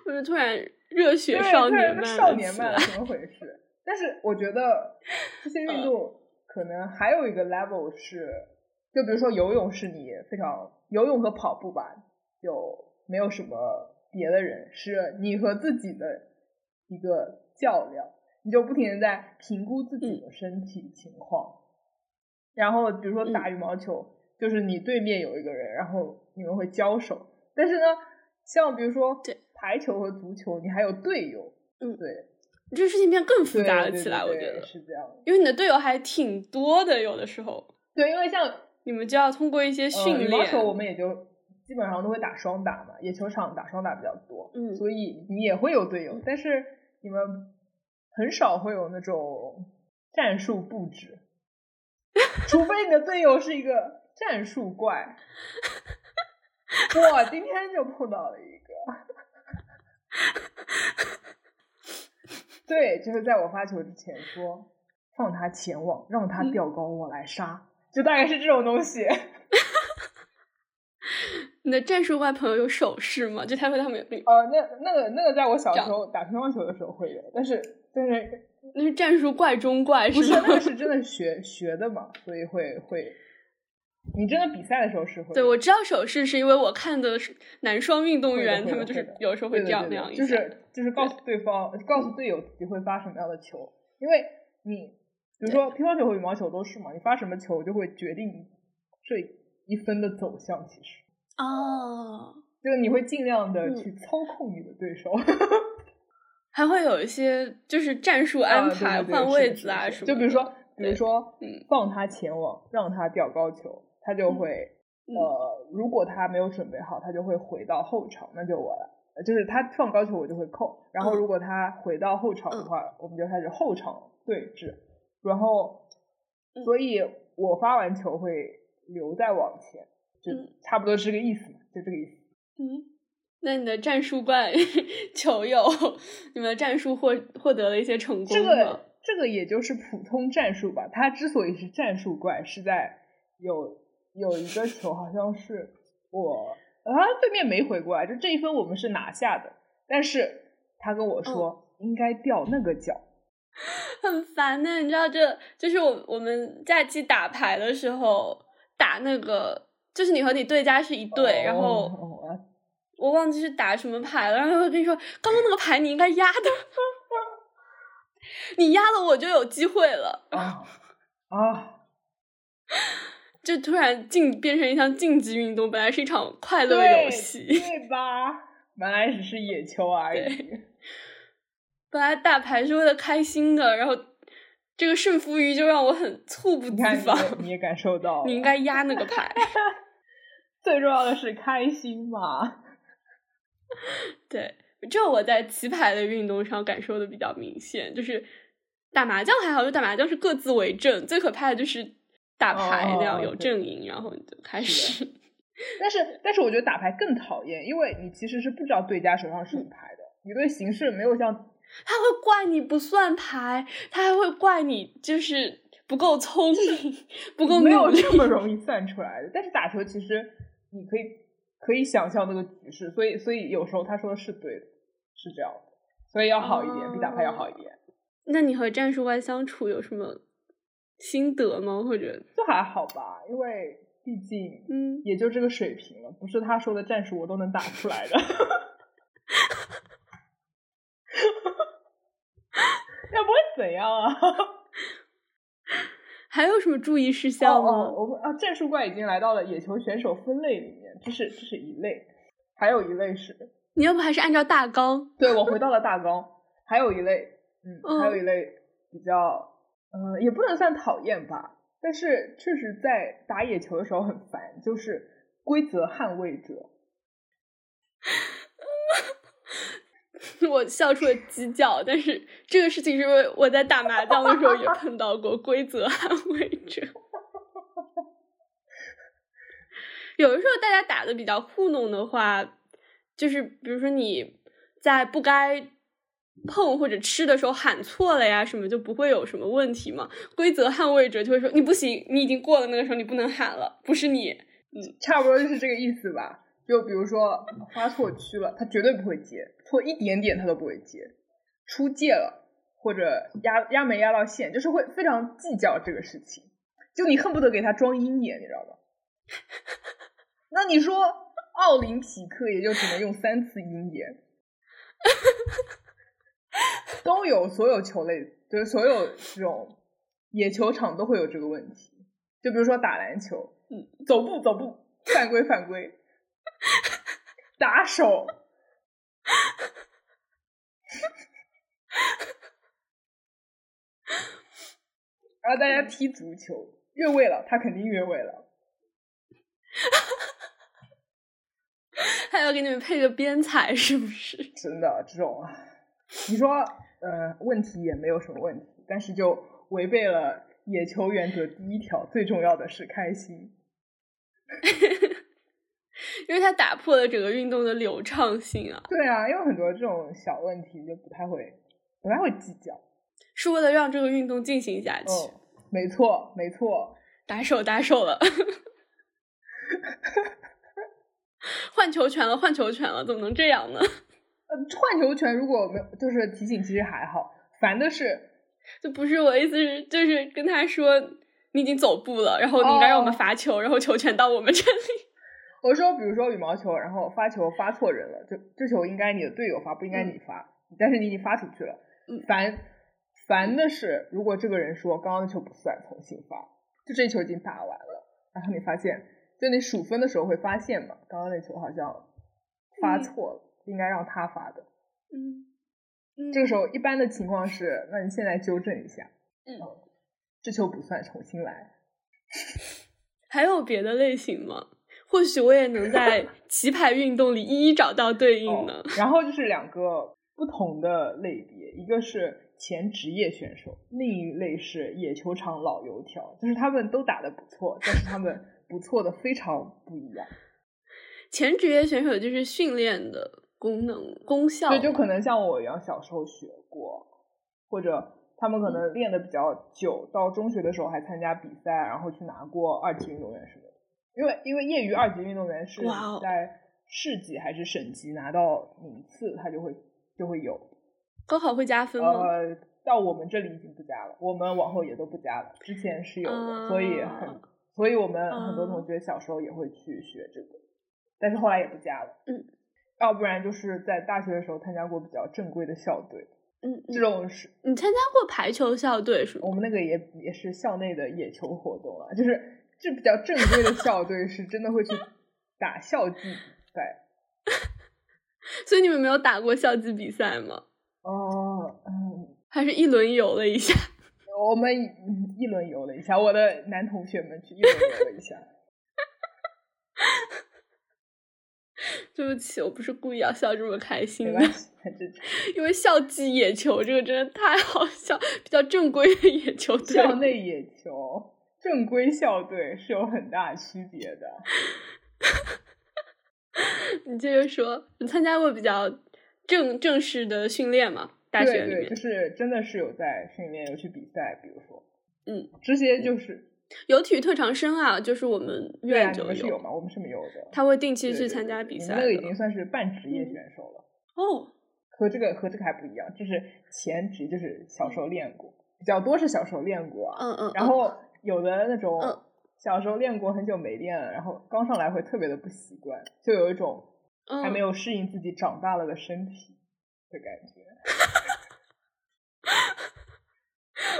Speaker 2: 我就突然热血
Speaker 1: 对，
Speaker 2: 少
Speaker 1: 对
Speaker 2: 年
Speaker 1: 那
Speaker 2: 漫
Speaker 1: 少
Speaker 2: 了
Speaker 1: 年
Speaker 2: 起 [laughs]
Speaker 1: 漫
Speaker 2: 来
Speaker 1: 怎么回事？但是我觉得这些
Speaker 2: 嗯
Speaker 1: 运动可能还有一个 level 是，就比如说游泳是你非常游泳和跑步吧，就没有什么别的人，是你和自己的一个较量，你就不停的在评估自
Speaker 2: 嗯
Speaker 1: 己的身体情况。然后比如
Speaker 2: 嗯
Speaker 1: 说打羽毛球，就是你对面有一个人，然后你们会交手，但是呢，像比如说
Speaker 2: 对
Speaker 1: 排球和足球，你还有队友，
Speaker 2: 嗯
Speaker 1: 对，
Speaker 2: 这事情变更复
Speaker 1: 对
Speaker 2: 杂了
Speaker 1: 对
Speaker 2: 起
Speaker 1: 对
Speaker 2: 来，我
Speaker 1: 对
Speaker 2: 觉得，
Speaker 1: 是这样的。
Speaker 2: 因为你的队友还挺多的，有的时候
Speaker 1: 对，因为像
Speaker 2: 你们就要通过一些训
Speaker 1: 呃、羽
Speaker 2: 练，
Speaker 1: 毛球我们也就基本上都会打双打嘛，野球场打双打比较多，
Speaker 2: 嗯
Speaker 1: 所以你也会有队友，但是你们很少会有那种战术布
Speaker 2: [laughs]
Speaker 1: 置，除非你的队友是一个战术
Speaker 2: [laughs]
Speaker 1: 怪。我今天就碰到了一
Speaker 2: [laughs]
Speaker 1: 个，对，就是在我发球之前说放他前往，让他
Speaker 2: 嗯
Speaker 1: 吊高，我来杀，就大概是这种东西。
Speaker 2: 你的战术外朋友有手势吗？就他会他们有
Speaker 1: 呃，那那个那个，在我小时
Speaker 2: 长
Speaker 1: 候打乒乓球的时候会有，但是但
Speaker 2: [laughs]
Speaker 1: 是
Speaker 2: 那是战术怪中怪
Speaker 1: 不是
Speaker 2: 吗
Speaker 1: 那？个是真的学学的嘛，所以会会，你真的比赛的时候是会
Speaker 2: 对，我知道手势是因为我看的是男双运动
Speaker 1: 会的
Speaker 2: 员，
Speaker 1: 会
Speaker 2: 他
Speaker 1: 的
Speaker 2: 们就
Speaker 1: 会
Speaker 2: 是
Speaker 1: 的
Speaker 2: 有时候
Speaker 1: 对
Speaker 2: 会
Speaker 1: 的
Speaker 2: 这样
Speaker 1: 对
Speaker 2: 那
Speaker 1: 的
Speaker 2: 样一下，
Speaker 1: 就是就是告诉对方告诉队友自己会发什么样的球，因为你比如说乒乓球和羽毛球都是嘛，你发什么球就会决定这一分的走向，其实
Speaker 2: 哦，
Speaker 1: 就是你会尽量的
Speaker 2: 嗯
Speaker 1: 去操控你的对手。
Speaker 2: 还会有一些就是战术安
Speaker 1: 啊对
Speaker 2: 排、
Speaker 1: 对对
Speaker 2: 换
Speaker 1: 是
Speaker 2: 位
Speaker 1: 的
Speaker 2: 子啊
Speaker 1: 是
Speaker 2: 什
Speaker 1: 的
Speaker 2: 么的，
Speaker 1: 就比如说，比如
Speaker 2: 对
Speaker 1: 说
Speaker 2: 嗯，
Speaker 1: 放他前往，让他吊高球，他就会、
Speaker 2: 嗯
Speaker 1: 呃，如果他没有准备好，他就会回到后场，那就我了。呃就是他放高球，我就会扣。然后
Speaker 2: 嗯
Speaker 1: 如果他回到后场的
Speaker 2: 嗯
Speaker 1: 话，我们就开始后场对峙。然后
Speaker 2: 嗯，
Speaker 1: 所以我发完球会留在网前，就
Speaker 2: 嗯
Speaker 1: 差不多是这个意思，就这个意思。
Speaker 2: 嗯，那你的战术怪 [laughs] 球友，你们的战术获获得了一些成功
Speaker 1: 这
Speaker 2: 吗？ [laughs]
Speaker 1: 个这个也就是普通战术吧。他之所以是战术怪，是在有有一个球好像是我啊对面没回过来，就这一分我们是拿下的，但是他跟我说、
Speaker 2: 嗯
Speaker 1: 应该掉那个角，
Speaker 2: 很烦呢、你知道这就是我我们假期打牌的时候打那个，就是你和你对家是一对，然后
Speaker 1: 哦哦
Speaker 2: 我忘记是打什么牌了，然后他会跟你说，刚刚那个牌你应该压的， [laughs] 你压了我就有机会了，
Speaker 1: 啊
Speaker 2: [laughs]
Speaker 1: 啊，
Speaker 2: 就突然竞变成一项竞技运动，本来是一场快乐
Speaker 1: 对
Speaker 2: 游戏，
Speaker 1: 对吧？本来只是野球而已，
Speaker 2: [laughs] 本来打牌是为了开心的，然后这个胜负欲就让我很猝不
Speaker 1: 你
Speaker 2: 及
Speaker 1: 看你
Speaker 2: 防，
Speaker 1: 也你也感受到了，
Speaker 2: 你应该压那个牌，
Speaker 1: 最重要的是开心嘛，
Speaker 2: 对，这我在棋牌的运动上感受的比较明显，就是打麻将还好，就打麻将是各自为政，最可怕的就是打牌那样
Speaker 1: 哦
Speaker 2: 有
Speaker 1: 对
Speaker 2: 阵营，然后你就开
Speaker 1: 是
Speaker 2: 始。
Speaker 1: 但是，但是我觉得打牌更讨厌，因为你其实是不知道对家手上什么牌的，你对形势没有像
Speaker 2: 他会怪你不算牌，他还会怪你就是不够聪
Speaker 1: [laughs]
Speaker 2: 明，不够
Speaker 1: 没
Speaker 2: 努
Speaker 1: 有
Speaker 2: 力。
Speaker 1: 这么容易算出来的。但是打球其实你可以可以想象那个局势，所以所以有时候他说的是对的，是这样的，所以要好一点，比打牌要好一
Speaker 2: 哦
Speaker 1: 点，
Speaker 2: 那你和战术外相处有什么心得吗？或者，
Speaker 1: 就还好吧，因为毕竟
Speaker 2: 嗯，
Speaker 1: 也就这个水平了，不是他说的战术我都能打出来的。 [laughs] 那不会怎样啊？
Speaker 2: 还有什么注意事
Speaker 1: 哦
Speaker 2: 项吗？
Speaker 1: 哦，我们啊，战术怪已经来到了野球选手分类里面，这是这是一类，还有一类是，
Speaker 2: 你要不还是按照大纲？
Speaker 1: 对我回到了大纲，还有一类，嗯，
Speaker 2: 嗯
Speaker 1: 还有一类比较，呃，也不能算讨厌吧，但是确实在打野球的时候很烦，就是规则捍卫者，
Speaker 2: [laughs] 我笑出了鸡叫，但是这个事情是因为我在打麻将的时候也碰到过规则捍卫者。有的时候大家打的比较糊弄的话，就是比如说你在不该碰或者吃的时候喊错了呀，什么就不会有什么问题嘛。规则捍卫者就会说你不行，你已经过了那个时候，你不能喊了，不是你。
Speaker 1: 差不多就是这个意思吧。就比如说发错区了，他绝对不会接，错一点点他都不会接，出界了或者压压没压到线，就是会非常计较这个事情。就你恨不得给他装鹰眼，你知道吗？ [laughs] 那你说奥林匹克也就只能用三次鹰眼，都有所有球类，就是所有这种野球场都会有这个问题。就比如说打篮球，
Speaker 2: 嗯，
Speaker 1: 走步走步，犯规犯规，打手，然后大家踢足球，越位了，他肯定越位了。
Speaker 2: 还要给你们配个边裁，是不是？ [laughs]
Speaker 1: 真的，这种啊，你说呃，问题也没有什么问题，但是就违背了野球原则第一条，最重要的是开心。
Speaker 2: 因为它打破了整个运动的流畅性啊，
Speaker 1: 对啊，因为很多这种小问题就不太会，不太会计较。
Speaker 2: 是为了让这个运动进行下去。
Speaker 1: 嗯，没错，没错，
Speaker 2: 打手打手了，换球权了，换球权了，怎么能这样呢？ [laughs]
Speaker 1: 呃，换球权如果没有，就是提醒，其实还好，烦的是
Speaker 2: 就不是我意思是，就是跟他说你已经走步了，然后你应该让我
Speaker 1: 哦
Speaker 2: 们罚球，然后球权到我们这里。 [laughs]
Speaker 1: 我说，比如说羽毛球，然后发球发错人了，就这球应该你的队友发，不应该你发，但是你已经发出去了
Speaker 2: 嗯，
Speaker 1: 烦烦的是，如果这个人说刚刚的球不算，重新发，就这球已经打完了，然后你发现，就你数分的时候会发现嘛，刚刚那球好像发
Speaker 2: 嗯
Speaker 1: 错了，应该让他发的。
Speaker 2: 嗯，嗯
Speaker 1: 这个时候一般的情况是，那你现在纠正一下，呃
Speaker 2: 嗯
Speaker 1: 这球不算，重新来。
Speaker 2: 还有别的类型吗？或许我也
Speaker 1: [laughs]
Speaker 2: 能在棋牌运动里一一找到对应呢。
Speaker 1: 哦然后就是两个不同的类别，一个是前职业选手，另一类是野球场老油条，就是他们都打得不错，但是他们不错的非常不一样。
Speaker 2: 前职业选手就是训练的功能功效嘛，
Speaker 1: 对，就可能像我一样小时候学过，或者他们
Speaker 2: 嗯
Speaker 1: 可能练的比较久，到中学的时候还参加比赛，然后去拿过二级运动员什么的。因为因为业余二级运动员是
Speaker 2: 哇哦
Speaker 1: 在市级还是省级拿到名次，他就会就会有。
Speaker 2: 高考会加分吗？
Speaker 1: 呃，到我们这里已经不加了，我们往后也都不加了。之前是有的，所以很
Speaker 2: 啊，
Speaker 1: 所以我们很多同
Speaker 2: 啊
Speaker 1: 学小时候也会去学这个，但是后来也不加了。
Speaker 2: 嗯，
Speaker 1: 要不然就是在大学的时候参加过比较正规的校队，
Speaker 2: 嗯，嗯
Speaker 1: 这种是
Speaker 2: 你参加过排球校队是吗？
Speaker 1: 我们那个也也是校内的野球活动啊，就是这比较正规的校队是真的会去打校际比赛。
Speaker 2: 所以你们没有打过校际比赛吗？
Speaker 1: 哦，嗯，
Speaker 2: 还是一轮游了一下？ [laughs]
Speaker 1: 我们嗯一轮游了一下，我的男同学们去一轮游了一下。
Speaker 2: 对不起，我不是故意要笑这么开
Speaker 1: 没
Speaker 2: 心的
Speaker 1: 关，系，很正
Speaker 2: [laughs]
Speaker 1: 常。
Speaker 2: 因为校际野球这个真的太好笑，比较正规的野球队。
Speaker 1: 校内野球正规校队是有很大区别的。
Speaker 2: 你接着说，你参加过比较正正式的训练吗？大学
Speaker 1: 对对，就
Speaker 2: 里面
Speaker 1: 是真的是有在训练，有去比赛，比如说，
Speaker 2: 嗯，
Speaker 1: 这些就是
Speaker 2: 有体育特长生啊，就是我们
Speaker 1: 对啊，
Speaker 2: 院
Speaker 1: 你
Speaker 2: 就
Speaker 1: 们是有吗？我们是没有的。
Speaker 2: 他会定期
Speaker 1: 对
Speaker 2: 去
Speaker 1: 对
Speaker 2: 参
Speaker 1: 对
Speaker 2: 加
Speaker 1: 对
Speaker 2: 比
Speaker 1: 你们
Speaker 2: 赛
Speaker 1: 那个已
Speaker 2: 的
Speaker 1: 经算是半职业
Speaker 2: 嗯
Speaker 1: 选手了，
Speaker 2: 哦，
Speaker 1: 和这个和这个还不一样，就是前职就是小时候练过，比较多是小时候练过啊，
Speaker 2: 嗯嗯，
Speaker 1: 然
Speaker 2: 嗯
Speaker 1: 后有的那种
Speaker 2: 嗯
Speaker 1: 小时候练过很久没练了，然后刚上来会特别的不习惯，就有一种还没
Speaker 2: 嗯
Speaker 1: 有适应自己长大了的身体的感觉。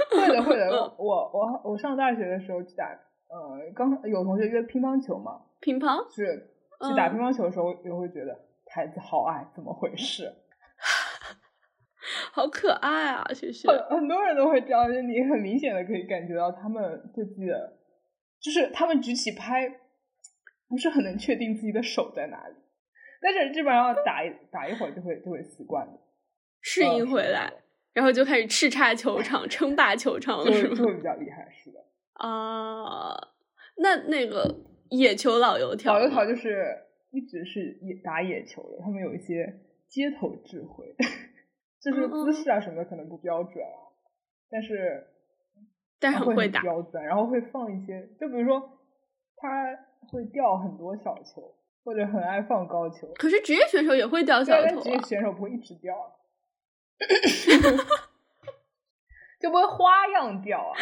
Speaker 1: 会的，会
Speaker 2: 嗯
Speaker 1: 的。我我我我上大学的时候去打，呃，刚有同学约乒乓球嘛，
Speaker 2: 乒乓
Speaker 1: 是去打
Speaker 2: 嗯
Speaker 1: 乒乓球的时候，也会觉得台子好矮，怎么回事？
Speaker 2: 好可爱啊，雪雪，
Speaker 1: 很很多人都会这样，就你很明显的可以感觉到他们对自己的，就是他们举起拍，不是很能确定自己的手在哪里，但是基本上打一打一会儿就会就会习惯的。
Speaker 2: 适
Speaker 1: 嗯
Speaker 2: 应回来，，然后就开始叱咤球场，称霸球场
Speaker 1: 是
Speaker 2: 了，
Speaker 1: 的是的
Speaker 2: 是
Speaker 1: 就就
Speaker 2: 吗？
Speaker 1: 会比较厉害，是的。
Speaker 2: 啊，那那个野球老油条
Speaker 1: 老
Speaker 2: 呢，
Speaker 1: 油条就是一直是野打野球的，他们有一些街头智慧， [laughs] 就是
Speaker 2: 嗯
Speaker 1: 姿
Speaker 2: 嗯
Speaker 1: 势啊什么可能不标准啊，但是
Speaker 2: 但是
Speaker 1: 他
Speaker 2: 很
Speaker 1: 会
Speaker 2: 会
Speaker 1: 很
Speaker 2: 打，
Speaker 1: 标准，然后会放一些，就比如说他会吊很多小球，或者很爱放高球，
Speaker 2: 可是职业选手也会掉
Speaker 1: 虽
Speaker 2: 小
Speaker 1: 然
Speaker 2: 头
Speaker 1: 职业
Speaker 2: 啊，
Speaker 1: 选手不会一直吊
Speaker 2: [laughs]
Speaker 1: 啊， [laughs] 就不会花样吊啊。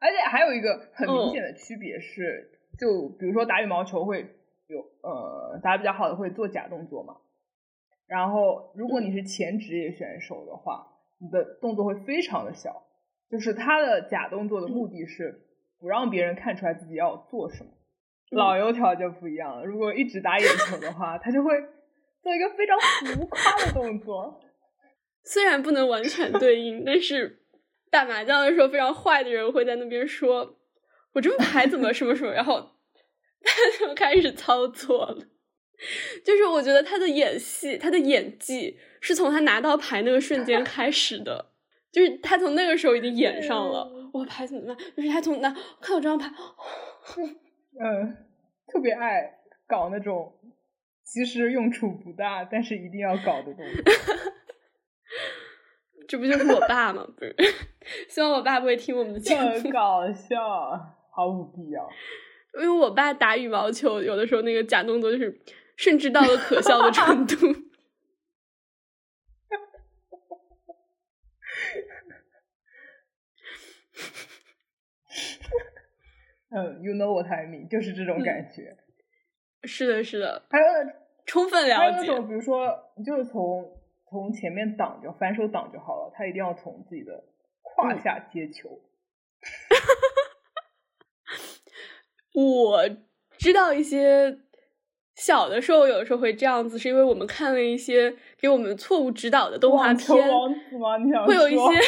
Speaker 1: 而且还有一个很明显的区别是，就比如说打羽毛球会有呃打得比较好的会做假动作嘛，然后如果你是前职业选手的话，你的动作会非常的小，就是他的假动作的目的是不让别人看出来自己要做什么。
Speaker 2: 嗯
Speaker 1: 老油条就不一样了，如果一直打野球的话，他就会做一个非常浮夸的动作。
Speaker 2: 虽然不能完全对应，但是打麻将的时候非常坏的人会在那边说：“我这副牌怎么什么什么”，然后他就开始操作了。就是我觉得他的演戏，他的演技是从他拿到牌那个瞬间开始的，就是他从那个时候已经演上了。我牌怎么办？就是他从拿看我这张牌，
Speaker 1: 嗯，特别爱搞那种其实用处不大，但是一定要搞的东西。 [laughs]
Speaker 2: 这不就是我爸吗？不是， [laughs] 希望我爸不会听我们的节
Speaker 1: 很
Speaker 2: 目，
Speaker 1: 搞笑，毫无必要。
Speaker 2: 因为我爸打羽毛球有的时候那个假动作就是，甚至到了可笑的程度。 [laughs]
Speaker 1: 嗯，you know what I mean，就是这
Speaker 2: 嗯
Speaker 1: 种感觉。
Speaker 2: 是的，是的，
Speaker 1: 还有
Speaker 2: 充分
Speaker 1: 还有
Speaker 2: 了
Speaker 1: 那
Speaker 2: 解。
Speaker 1: 种，比如说，就是从从前面挡着，反手挡就好了，他一定要从自己的胯
Speaker 2: 嗯
Speaker 1: 下接球。
Speaker 2: 我知道一些小的时候，有时候会这样子，是因为我们看了一些给我们错误指导的动画
Speaker 1: 网球
Speaker 2: 片，
Speaker 1: 王子吗？你想
Speaker 2: 会有一
Speaker 1: 说
Speaker 2: 些。 [laughs]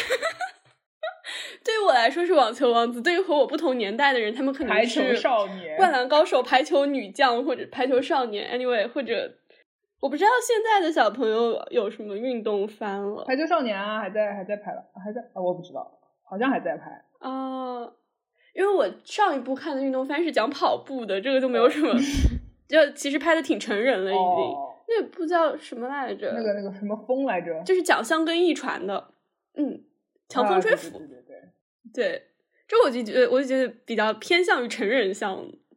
Speaker 2: 对于我来说是网球王子，对于和我不同年代的人，他们可
Speaker 1: 排
Speaker 2: 能
Speaker 1: 球
Speaker 2: 是
Speaker 1: 少年，
Speaker 2: 灌篮高手、排球女将或者排球少年，anyway，或者我不知道现在的小朋友有什么运动番了
Speaker 1: 排球少年啊，还在还在排吧，还在、啊我不知道，好像还在排。
Speaker 2: 啊、因为我上一部看的运动番是讲跑步的，这个就没有
Speaker 1: [laughs]
Speaker 2: 什么，就其实拍的挺成人了已经。
Speaker 1: 哦，
Speaker 2: 那部叫什么来着？
Speaker 1: 那个那个什么风来着？
Speaker 2: 就是讲香根一传的，嗯，强风
Speaker 1: 啊
Speaker 2: 吹
Speaker 1: 对
Speaker 2: 拂，
Speaker 1: 对对对对。
Speaker 2: 对，这我就觉得我就觉得比较偏向于成人向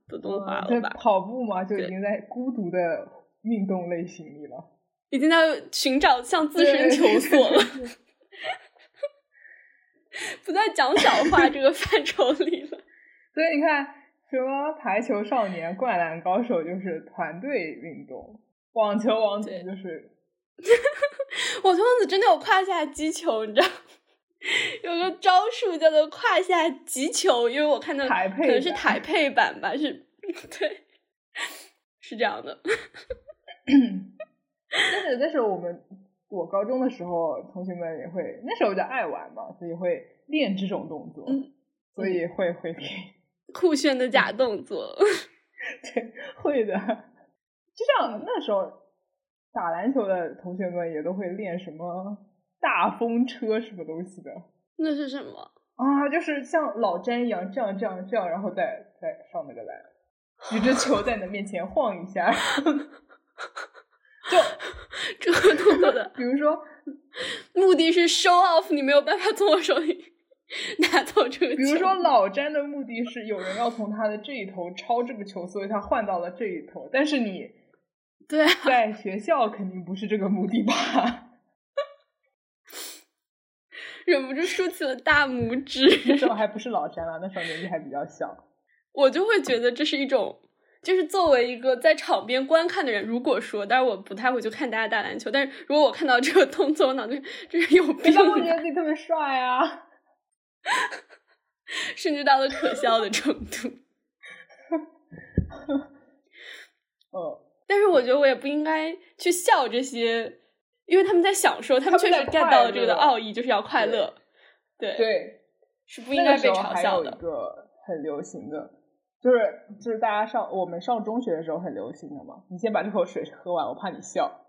Speaker 2: 的动画
Speaker 1: 在
Speaker 2: 了吧，
Speaker 1: 嗯跑步嘛，就已
Speaker 2: 对
Speaker 1: 经在孤独的运动类型里了，
Speaker 2: 已经在寻找向自身
Speaker 1: 对 [laughs]
Speaker 2: 求索了，。
Speaker 1: 对对对
Speaker 2: 不再讲小话这个范畴里了。
Speaker 1: 所以你看，什么排球少年、灌篮高手就是团队运动，网球王子
Speaker 2: 对
Speaker 1: 就是
Speaker 2: 我童子真的有胯下击球，你知道。有个招数叫做胯下击球，因为我看到
Speaker 1: 台
Speaker 2: 可
Speaker 1: 配
Speaker 2: 能是
Speaker 1: 版
Speaker 2: 台配版吧，是， [laughs] 对，是这样的。
Speaker 1: 但是但是我们我高中的时候，同学们也会那时候就爱玩嘛，所以会练这种动作，
Speaker 2: 嗯
Speaker 1: 所以会会练，
Speaker 2: 酷炫的假动作，
Speaker 1: 对，会的。就像那时候打篮球的同学们也都会练什么大风车什么东西的
Speaker 2: 那是什么？
Speaker 1: 啊，就是像老詹一样这样这样这样，然后再再上那个篮，举着球在你的面前晃一下， [laughs] 就
Speaker 2: 这个动作的
Speaker 1: 比如说
Speaker 2: 目的是 show off，你没有办法从我手里 [laughs] 拿走这个球。
Speaker 1: 比如说，老詹的目的是有人要从他的这一头抄这个球，所以他换到了这一头。但是你
Speaker 2: 对啊，
Speaker 1: 在学校肯定不是这个目的吧？ [laughs]
Speaker 2: 忍不住竖起了大拇
Speaker 1: 那
Speaker 2: 指， [laughs]
Speaker 1: 时候还不是老詹了，那时候年纪还比较小。
Speaker 2: 我就会觉得这是一种，就是作为一个在场边观看的人，如果说，但是我不太会去看大家打篮球，但是如果我看到这个动作，我脑子这是有
Speaker 1: 你
Speaker 2: 病
Speaker 1: 当时觉
Speaker 2: 吧，
Speaker 1: 得自己特别帅啊？ [laughs]
Speaker 2: 甚至到了可笑的程度。
Speaker 1: 嗯，
Speaker 2: 但是我觉得我也不应该去笑这些，因为他们在享受，他们
Speaker 1: 他们
Speaker 2: 确实
Speaker 1: 在
Speaker 2: get
Speaker 1: 快
Speaker 2: 到了这个的
Speaker 1: 乐
Speaker 2: 奥义，就是要快
Speaker 1: 对
Speaker 2: 乐，对，
Speaker 1: 对，
Speaker 2: 是不
Speaker 1: 不
Speaker 2: 应该被嘲
Speaker 1: 还
Speaker 2: 笑
Speaker 1: 有
Speaker 2: 的
Speaker 1: 一。个很流行的，就是就是大家上我们上中学的时候很流行的嘛。你先把这口水喝完，我怕你笑。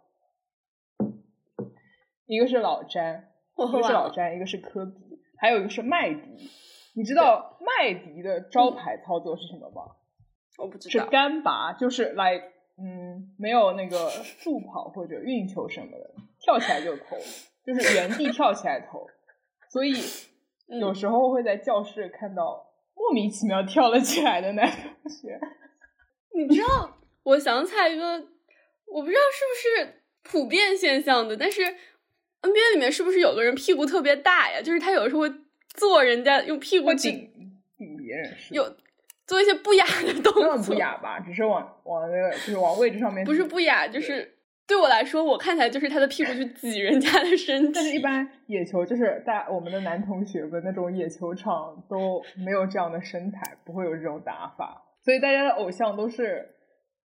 Speaker 1: 一个是老詹，
Speaker 2: 我
Speaker 1: 一
Speaker 2: 喝
Speaker 1: 个
Speaker 2: 完
Speaker 1: 是老
Speaker 2: 了，
Speaker 1: 詹，一个是科比，还有一个是麦迪。你知道麦迪的招牌操作是什么吗？
Speaker 2: 我不知
Speaker 1: 是
Speaker 2: 道。
Speaker 1: 干拔，就是来，嗯，没有那个速跑或者运球什么的，跳起来就投，就是原地跳起来投。所以
Speaker 2: 嗯
Speaker 1: 有时候会在教室看到莫名其妙跳了起来的男同学，
Speaker 2: 你知道，我想起来一个，我不知道是不是普遍现象的，但是 NBA 里面是不是有个人屁股特别大呀？就是他有时候会坐人家用屁股
Speaker 1: 会
Speaker 2: 去
Speaker 1: 顶顶别人是的。
Speaker 2: 有做一些不雅的动
Speaker 1: 根
Speaker 2: 作，
Speaker 1: 本不雅吧，只是往往那个就是往位置上面，
Speaker 2: 不是不雅，就是对我来说，我看起来就是他的屁股去挤人家的身体。
Speaker 1: 但是，一般野球就是大我们的男同学们那种野球场都没有这样的身材，不会有这种打法，所以大家的偶像都是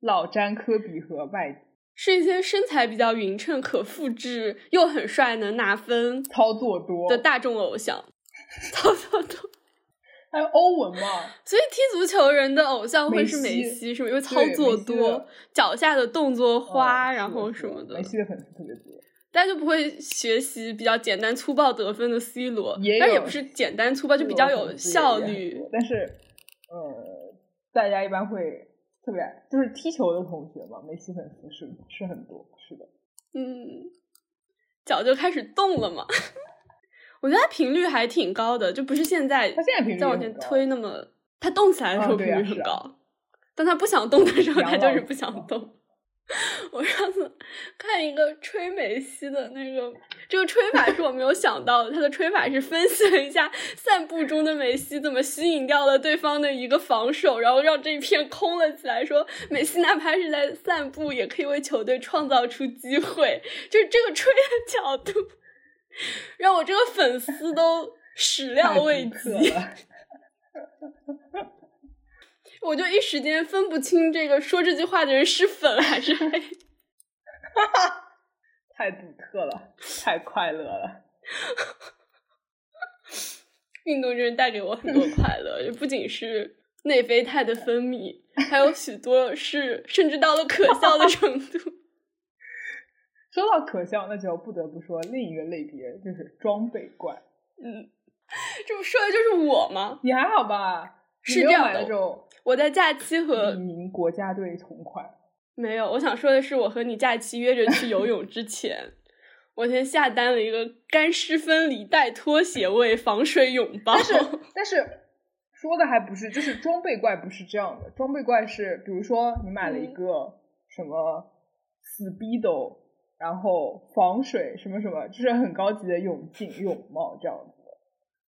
Speaker 1: 老詹、科比和麦迪。
Speaker 2: 是一些身材比较匀称、可复制又很帅、能拿分
Speaker 1: 操作多
Speaker 2: 的大众偶像。 [laughs] 曹操都。
Speaker 1: 还有欧文嘛，
Speaker 2: 所以踢足球人的偶像会是梅
Speaker 1: 梅西
Speaker 2: 西，是吗？因为操作
Speaker 1: 梅西
Speaker 2: 多
Speaker 1: 的，
Speaker 2: 脚下的动作花，
Speaker 1: 嗯
Speaker 2: 然
Speaker 1: 是
Speaker 2: 后
Speaker 1: 是
Speaker 2: 什么的
Speaker 1: 梅，西的粉丝特别多。
Speaker 2: 大家就不会学习比较简单粗暴得分的 C 罗，
Speaker 1: 也
Speaker 2: 但是也
Speaker 1: 有
Speaker 2: 不是简单粗暴，就比较有效率。，
Speaker 1: 但是呃，大家一般会特别爱就是踢球的同学嘛，梅西粉丝是是很多，是的，
Speaker 2: 嗯，脚就开始动了嘛。 [laughs] 我觉得它频率还挺高的，就不是现在
Speaker 1: 他现在频率
Speaker 2: 再往
Speaker 1: 也
Speaker 2: 前
Speaker 1: 很高
Speaker 2: 推那么，它动起来的时候
Speaker 1: 啊
Speaker 2: 频
Speaker 1: 对啊
Speaker 2: 率很
Speaker 1: 是啊
Speaker 2: 高，当它不想动的时候，
Speaker 1: 养
Speaker 2: 它就
Speaker 1: 老
Speaker 2: 是
Speaker 1: 族
Speaker 2: 不想
Speaker 1: 嘛
Speaker 2: 动。 [laughs] 我上次看一个吹梅西的那个，这个吹法是我没有想到的。他的吹法是分析了一下散步中的梅西怎么吸引掉了对方的一个防守，然后让这一片空了起来。说梅西哪怕是在散步，也可以为球队创造出机会。就是这个吹的角度， [laughs] 让我这个粉丝都始料未
Speaker 1: 太独。
Speaker 2: 及
Speaker 1: 特了。
Speaker 2: 我就一时间分不清这个说这句话的人是粉还是黑。
Speaker 1: 太独特了，太快乐了。
Speaker 2: 运动真的带给我很多快乐，就不仅是内啡肽的分泌，还有许多是甚至到了可笑的程度。
Speaker 1: 说到可笑，那就不得不说另一个类别就是装备怪。
Speaker 2: 嗯，这不说的就是我吗？
Speaker 1: 你还好吧？
Speaker 2: 是
Speaker 1: 你没有
Speaker 2: 这样
Speaker 1: 买
Speaker 2: 的呃
Speaker 1: 那种
Speaker 2: 我在假期
Speaker 1: 李
Speaker 2: 和
Speaker 1: 宁国家队同
Speaker 2: [laughs]
Speaker 1: 款，
Speaker 2: 没有，我想说的是，我和你假期约着去游泳之前，我先下单了一个干湿分离带拖鞋位防水泳包。
Speaker 1: 但是说的还不是，就是装备怪不是这样的。装备怪是，比如说你买了一
Speaker 2: 嗯
Speaker 1: 个什么 Speedo，、然后防水什么什么，就是很高级的泳镜、泳帽这样子的。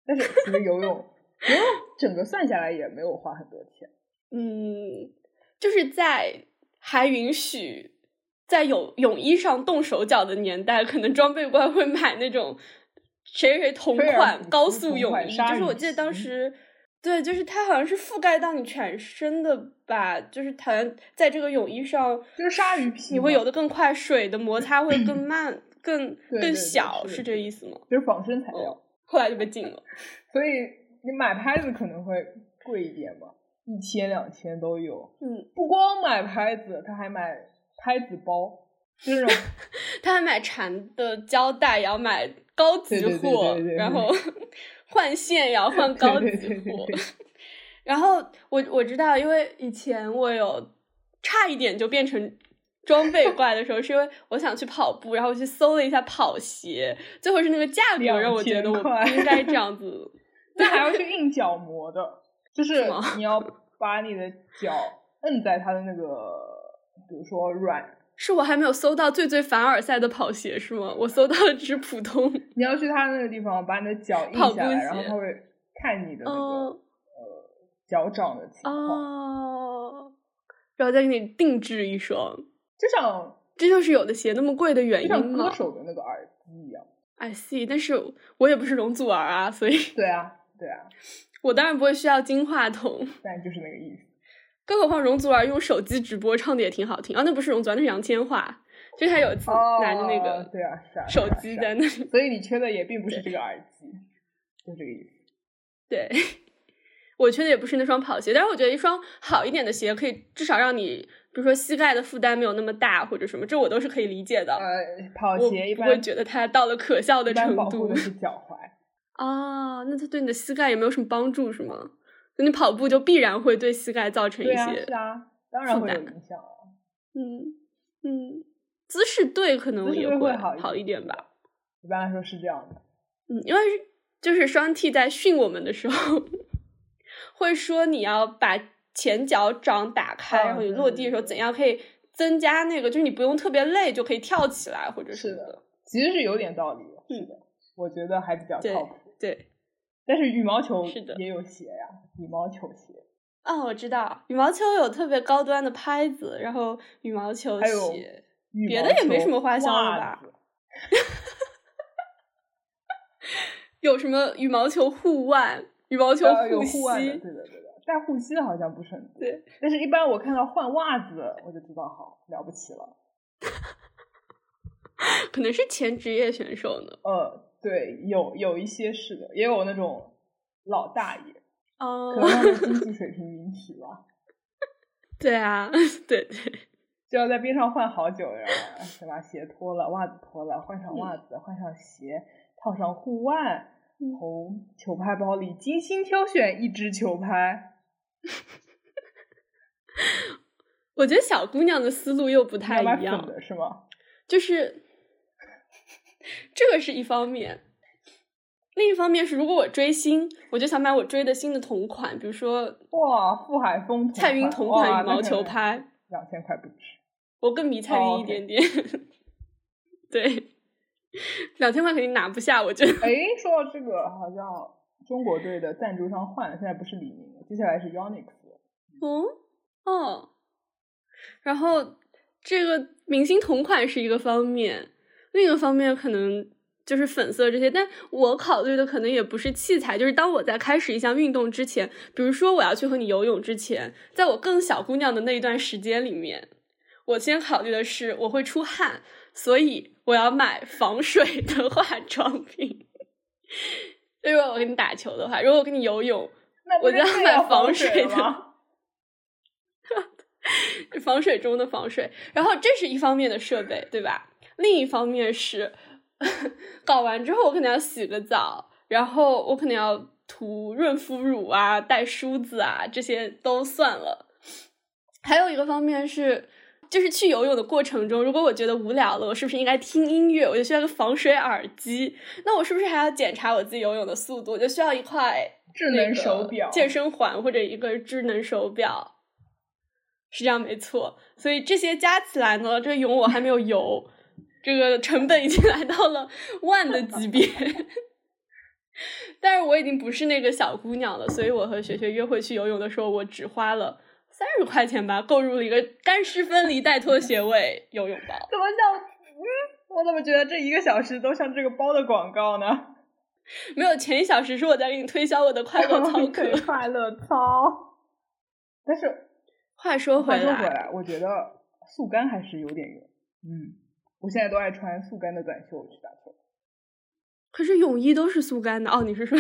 Speaker 1: 但是其实游泳，游泳整个算下来也没有花很多钱。
Speaker 2: 嗯，就是在还允许在泳泳衣上动手脚的年代，可能装备官会买那种谁谁同
Speaker 1: 菲尔
Speaker 2: 款
Speaker 1: 普
Speaker 2: 高
Speaker 1: 同
Speaker 2: 速
Speaker 1: 同
Speaker 2: 泳
Speaker 1: 款
Speaker 2: 衣，
Speaker 1: 鲨
Speaker 2: 就是
Speaker 1: 鱼
Speaker 2: 我记得当
Speaker 1: 鳍
Speaker 2: 时。对，就是它好像是覆盖到你全身的吧，就是好像在这个泳衣上，
Speaker 1: 就是鲨鱼皮
Speaker 2: 你会
Speaker 1: 嘛
Speaker 2: 游得更快，水的摩擦会更
Speaker 1: [clears throat]
Speaker 2: 慢、更
Speaker 1: 对对
Speaker 2: 更
Speaker 1: 对
Speaker 2: 小，
Speaker 1: 是
Speaker 2: 是
Speaker 1: 的是
Speaker 2: 这个
Speaker 1: 的
Speaker 2: 意思吗？
Speaker 1: 就是仿生材料，
Speaker 2: 后来就被禁了。
Speaker 1: 所以你买拍子可能会贵一点嘛，一千两千都有。
Speaker 2: 嗯，
Speaker 1: 不光买拍子，他还买拍子包，就是那种
Speaker 2: 他还买缠的胶带，也要买高级
Speaker 1: 对对对对
Speaker 2: 货，
Speaker 1: 对对
Speaker 2: 然
Speaker 1: [laughs]
Speaker 2: 后换线也要换 [laughs] 高级
Speaker 1: 对
Speaker 2: 货。
Speaker 1: 对对对对
Speaker 2: 然后我我知道，因为以前我有差一点就变成装
Speaker 1: [laughs]
Speaker 2: 备怪的时候，是因为我想去跑步，然后我去搜了一下跑鞋，最后是那个价格让我觉得我
Speaker 1: 2000块
Speaker 2: 不应该
Speaker 1: [laughs]
Speaker 2: 这样子。
Speaker 1: 那还要去印脚膜的，就是
Speaker 2: 是吗
Speaker 1: 你要把你的脚摁在它的那个，比如说软，
Speaker 2: 是我还没有搜到最最凡尔赛的跑鞋是吗？我搜到的只是普通。
Speaker 1: 你要去它那个地方把你的脚印
Speaker 2: 跑
Speaker 1: 下
Speaker 2: 步
Speaker 1: 来，然后
Speaker 2: 鞋
Speaker 1: 它会看你的那个、
Speaker 2: 嗯
Speaker 1: 呃脚掌的情况，
Speaker 2: 哦，然后再给你定制一双。
Speaker 1: 就像
Speaker 2: 这就是有的鞋那么贵的原
Speaker 1: 就
Speaker 2: 因
Speaker 1: 像歌
Speaker 2: 吗
Speaker 1: 手的那个耳机一样。
Speaker 2: ？I see，但是我也不是容祖儿啊，所以 [laughs]
Speaker 1: 对啊，对啊，
Speaker 2: 我当然不会需要金话筒。
Speaker 1: 但就是那个意思。
Speaker 2: 更何况容祖儿用手机直播唱的也挺好听啊，那不是容祖儿，那是杨千嬅。就是她有一次拿着那
Speaker 1: 哦
Speaker 2: 个
Speaker 1: 对啊，是啊，
Speaker 2: 手
Speaker 1: 是啊
Speaker 2: 机
Speaker 1: 是啊
Speaker 2: 在那里，
Speaker 1: 所以你缺的也并不是这个耳机，就这个意思。
Speaker 2: 对。我缺的也不是那双跑鞋，但是我觉得一双好一点的鞋可以至少让你，比如说膝盖的负担没有那么大，或者什么，这我都是可以理解的。
Speaker 1: 呃，跑
Speaker 2: 我
Speaker 1: 鞋一
Speaker 2: 不
Speaker 1: 般
Speaker 2: 会觉得它到了可笑的
Speaker 1: 一般
Speaker 2: 程
Speaker 1: 保护
Speaker 2: 度
Speaker 1: 的。是脚
Speaker 2: [laughs]
Speaker 1: 踝，
Speaker 2: 啊，那它对你的膝盖也没有什么帮助，是吗？那你跑步就必然会对膝盖造成一
Speaker 1: 对啊，
Speaker 2: 些，
Speaker 1: 是啊，当然
Speaker 2: 负
Speaker 1: 会有
Speaker 2: 担
Speaker 1: 影响啊。
Speaker 2: 嗯嗯，姿势对可能
Speaker 1: 姿势
Speaker 2: 也
Speaker 1: 对会好一
Speaker 2: 好一
Speaker 1: 点
Speaker 2: 点吧，
Speaker 1: 一般来说是这样的，
Speaker 2: 嗯，因为就是双 T 在训我们的时候， [laughs] 会说你要把前脚掌打开，
Speaker 1: 啊
Speaker 2: 然后你
Speaker 1: 对
Speaker 2: 落
Speaker 1: 对
Speaker 2: 地的时候
Speaker 1: 对
Speaker 2: 怎样可以增加那个，就是你不用特别累就可以跳起来或者什
Speaker 1: 是
Speaker 2: 么
Speaker 1: 的
Speaker 2: 的，
Speaker 1: 其实是有点道理的。
Speaker 2: 嗯
Speaker 1: 是的，我觉得还比较
Speaker 2: 对
Speaker 1: 靠谱。
Speaker 2: 对。
Speaker 1: 但是羽毛球
Speaker 2: 是的
Speaker 1: 也有鞋呀、羽毛球鞋，
Speaker 2: 啊，我知道羽毛球有特别高端的拍子，然后羽毛球
Speaker 1: 还有
Speaker 2: 鞋，
Speaker 1: 羽
Speaker 2: 别
Speaker 1: 毛
Speaker 2: 的也没
Speaker 1: 球
Speaker 2: 什么花销了
Speaker 1: 袜
Speaker 2: 吧
Speaker 1: 子
Speaker 2: 有什么羽毛球护腕、羽毛球
Speaker 1: 呃有
Speaker 2: 护
Speaker 1: 护腕的，
Speaker 2: [laughs] 膝，
Speaker 1: 对的对的，但护膝的好像不是很多。
Speaker 2: 对，
Speaker 1: 但是一般我看到换袜子的，我就知道好了不起了。
Speaker 2: 可能是前职业选手呢。
Speaker 1: 呃，对，有有一些是的，也有那种老大
Speaker 2: [laughs]
Speaker 1: 爷，
Speaker 2: 哦
Speaker 1: [laughs] 可能他们经济水平允许吧，
Speaker 2: 对啊，对对，
Speaker 1: 就要在边上换好久，然后先把鞋脱了，袜子脱了，换上袜子，换上鞋，套上护腕，
Speaker 2: 嗯
Speaker 1: 从球拍包里精心挑选一只球拍。
Speaker 2: 我觉得小姑娘的思路又不
Speaker 1: 你
Speaker 2: 太
Speaker 1: 要买
Speaker 2: 一
Speaker 1: 粉
Speaker 2: 样，
Speaker 1: 的是吗？
Speaker 2: 就是这个是一方面。另一方面是，如果我追星，我就想买我追的新的同款，比如说
Speaker 1: 哇，傅海峰
Speaker 2: 蔡云同款羽毛球，拍，
Speaker 1: 两千块不止。
Speaker 2: 我更迷蔡
Speaker 1: 哦
Speaker 2: 云一点点。 [laughs] 对，两千块肯定拿不下，我觉得。
Speaker 1: 哎，说到这个，好像中国队的赞助商换了，现在不是李宁了，接下来是 Yonex 了。
Speaker 2: 哦哦，然后这个明星同款是一个方面，另一个方面可能就是粉色这些。但我考虑的可能也不是器材，就是当我在开始一项运动之前，比如说我要去和你游泳之前，在我更小姑娘的那一段时间里面，我先考虑的是我会出汗，所以我要买防水的化妆品。 [laughs] 如果我跟你打球的话，如果我跟你游泳，
Speaker 1: 那不
Speaker 2: 我
Speaker 1: 是
Speaker 2: 就
Speaker 1: 更
Speaker 2: 买
Speaker 1: 要
Speaker 2: 防
Speaker 1: 防
Speaker 2: 水
Speaker 1: 了
Speaker 2: 的
Speaker 1: 吗？
Speaker 2: [laughs] 防水中的防水。然后这是一方面的设备，对吧？另一方面是， [laughs] 搞完之后我可能要洗个澡，然后我可能要涂润肤乳啊、带梳子啊，这些都算了。还有一个方面是。就是去游泳的过程中，如果我觉得无聊了，我是不是应该听音乐？我就需要个防水耳机。那我是不是还要检查我自己游泳的速度？我就需要一块
Speaker 1: 智
Speaker 2: 那
Speaker 1: 能
Speaker 2: 个
Speaker 1: 手表，
Speaker 2: 健身环或者一个智能手表，是这样没错。所以这些加起来呢，这个泳我还没有游，
Speaker 1: [laughs]
Speaker 2: 这个成本已经来到了万的级别。但是我已经不是那个小姑娘了，所以我和学学约会去游泳的时候，我只花了三十块钱吧，购入了一个干湿分离带拖鞋位
Speaker 1: [laughs]
Speaker 2: 游泳包。
Speaker 1: 怎么像？嗯，我怎么觉得这一个小时都像这个包的广告呢？
Speaker 2: 没有，前一小时是我在给你推销我的快
Speaker 1: [laughs]
Speaker 2: 乐操
Speaker 1: 对
Speaker 2: 课。
Speaker 1: 快乐操。但是
Speaker 2: 话说
Speaker 1: 话
Speaker 2: 回
Speaker 1: 说回
Speaker 2: 来，
Speaker 1: 来，我觉得速干还是有点远。嗯，我现在都爱穿速干的短袖去打球。
Speaker 2: 可是泳衣都是速干的哦。你是说？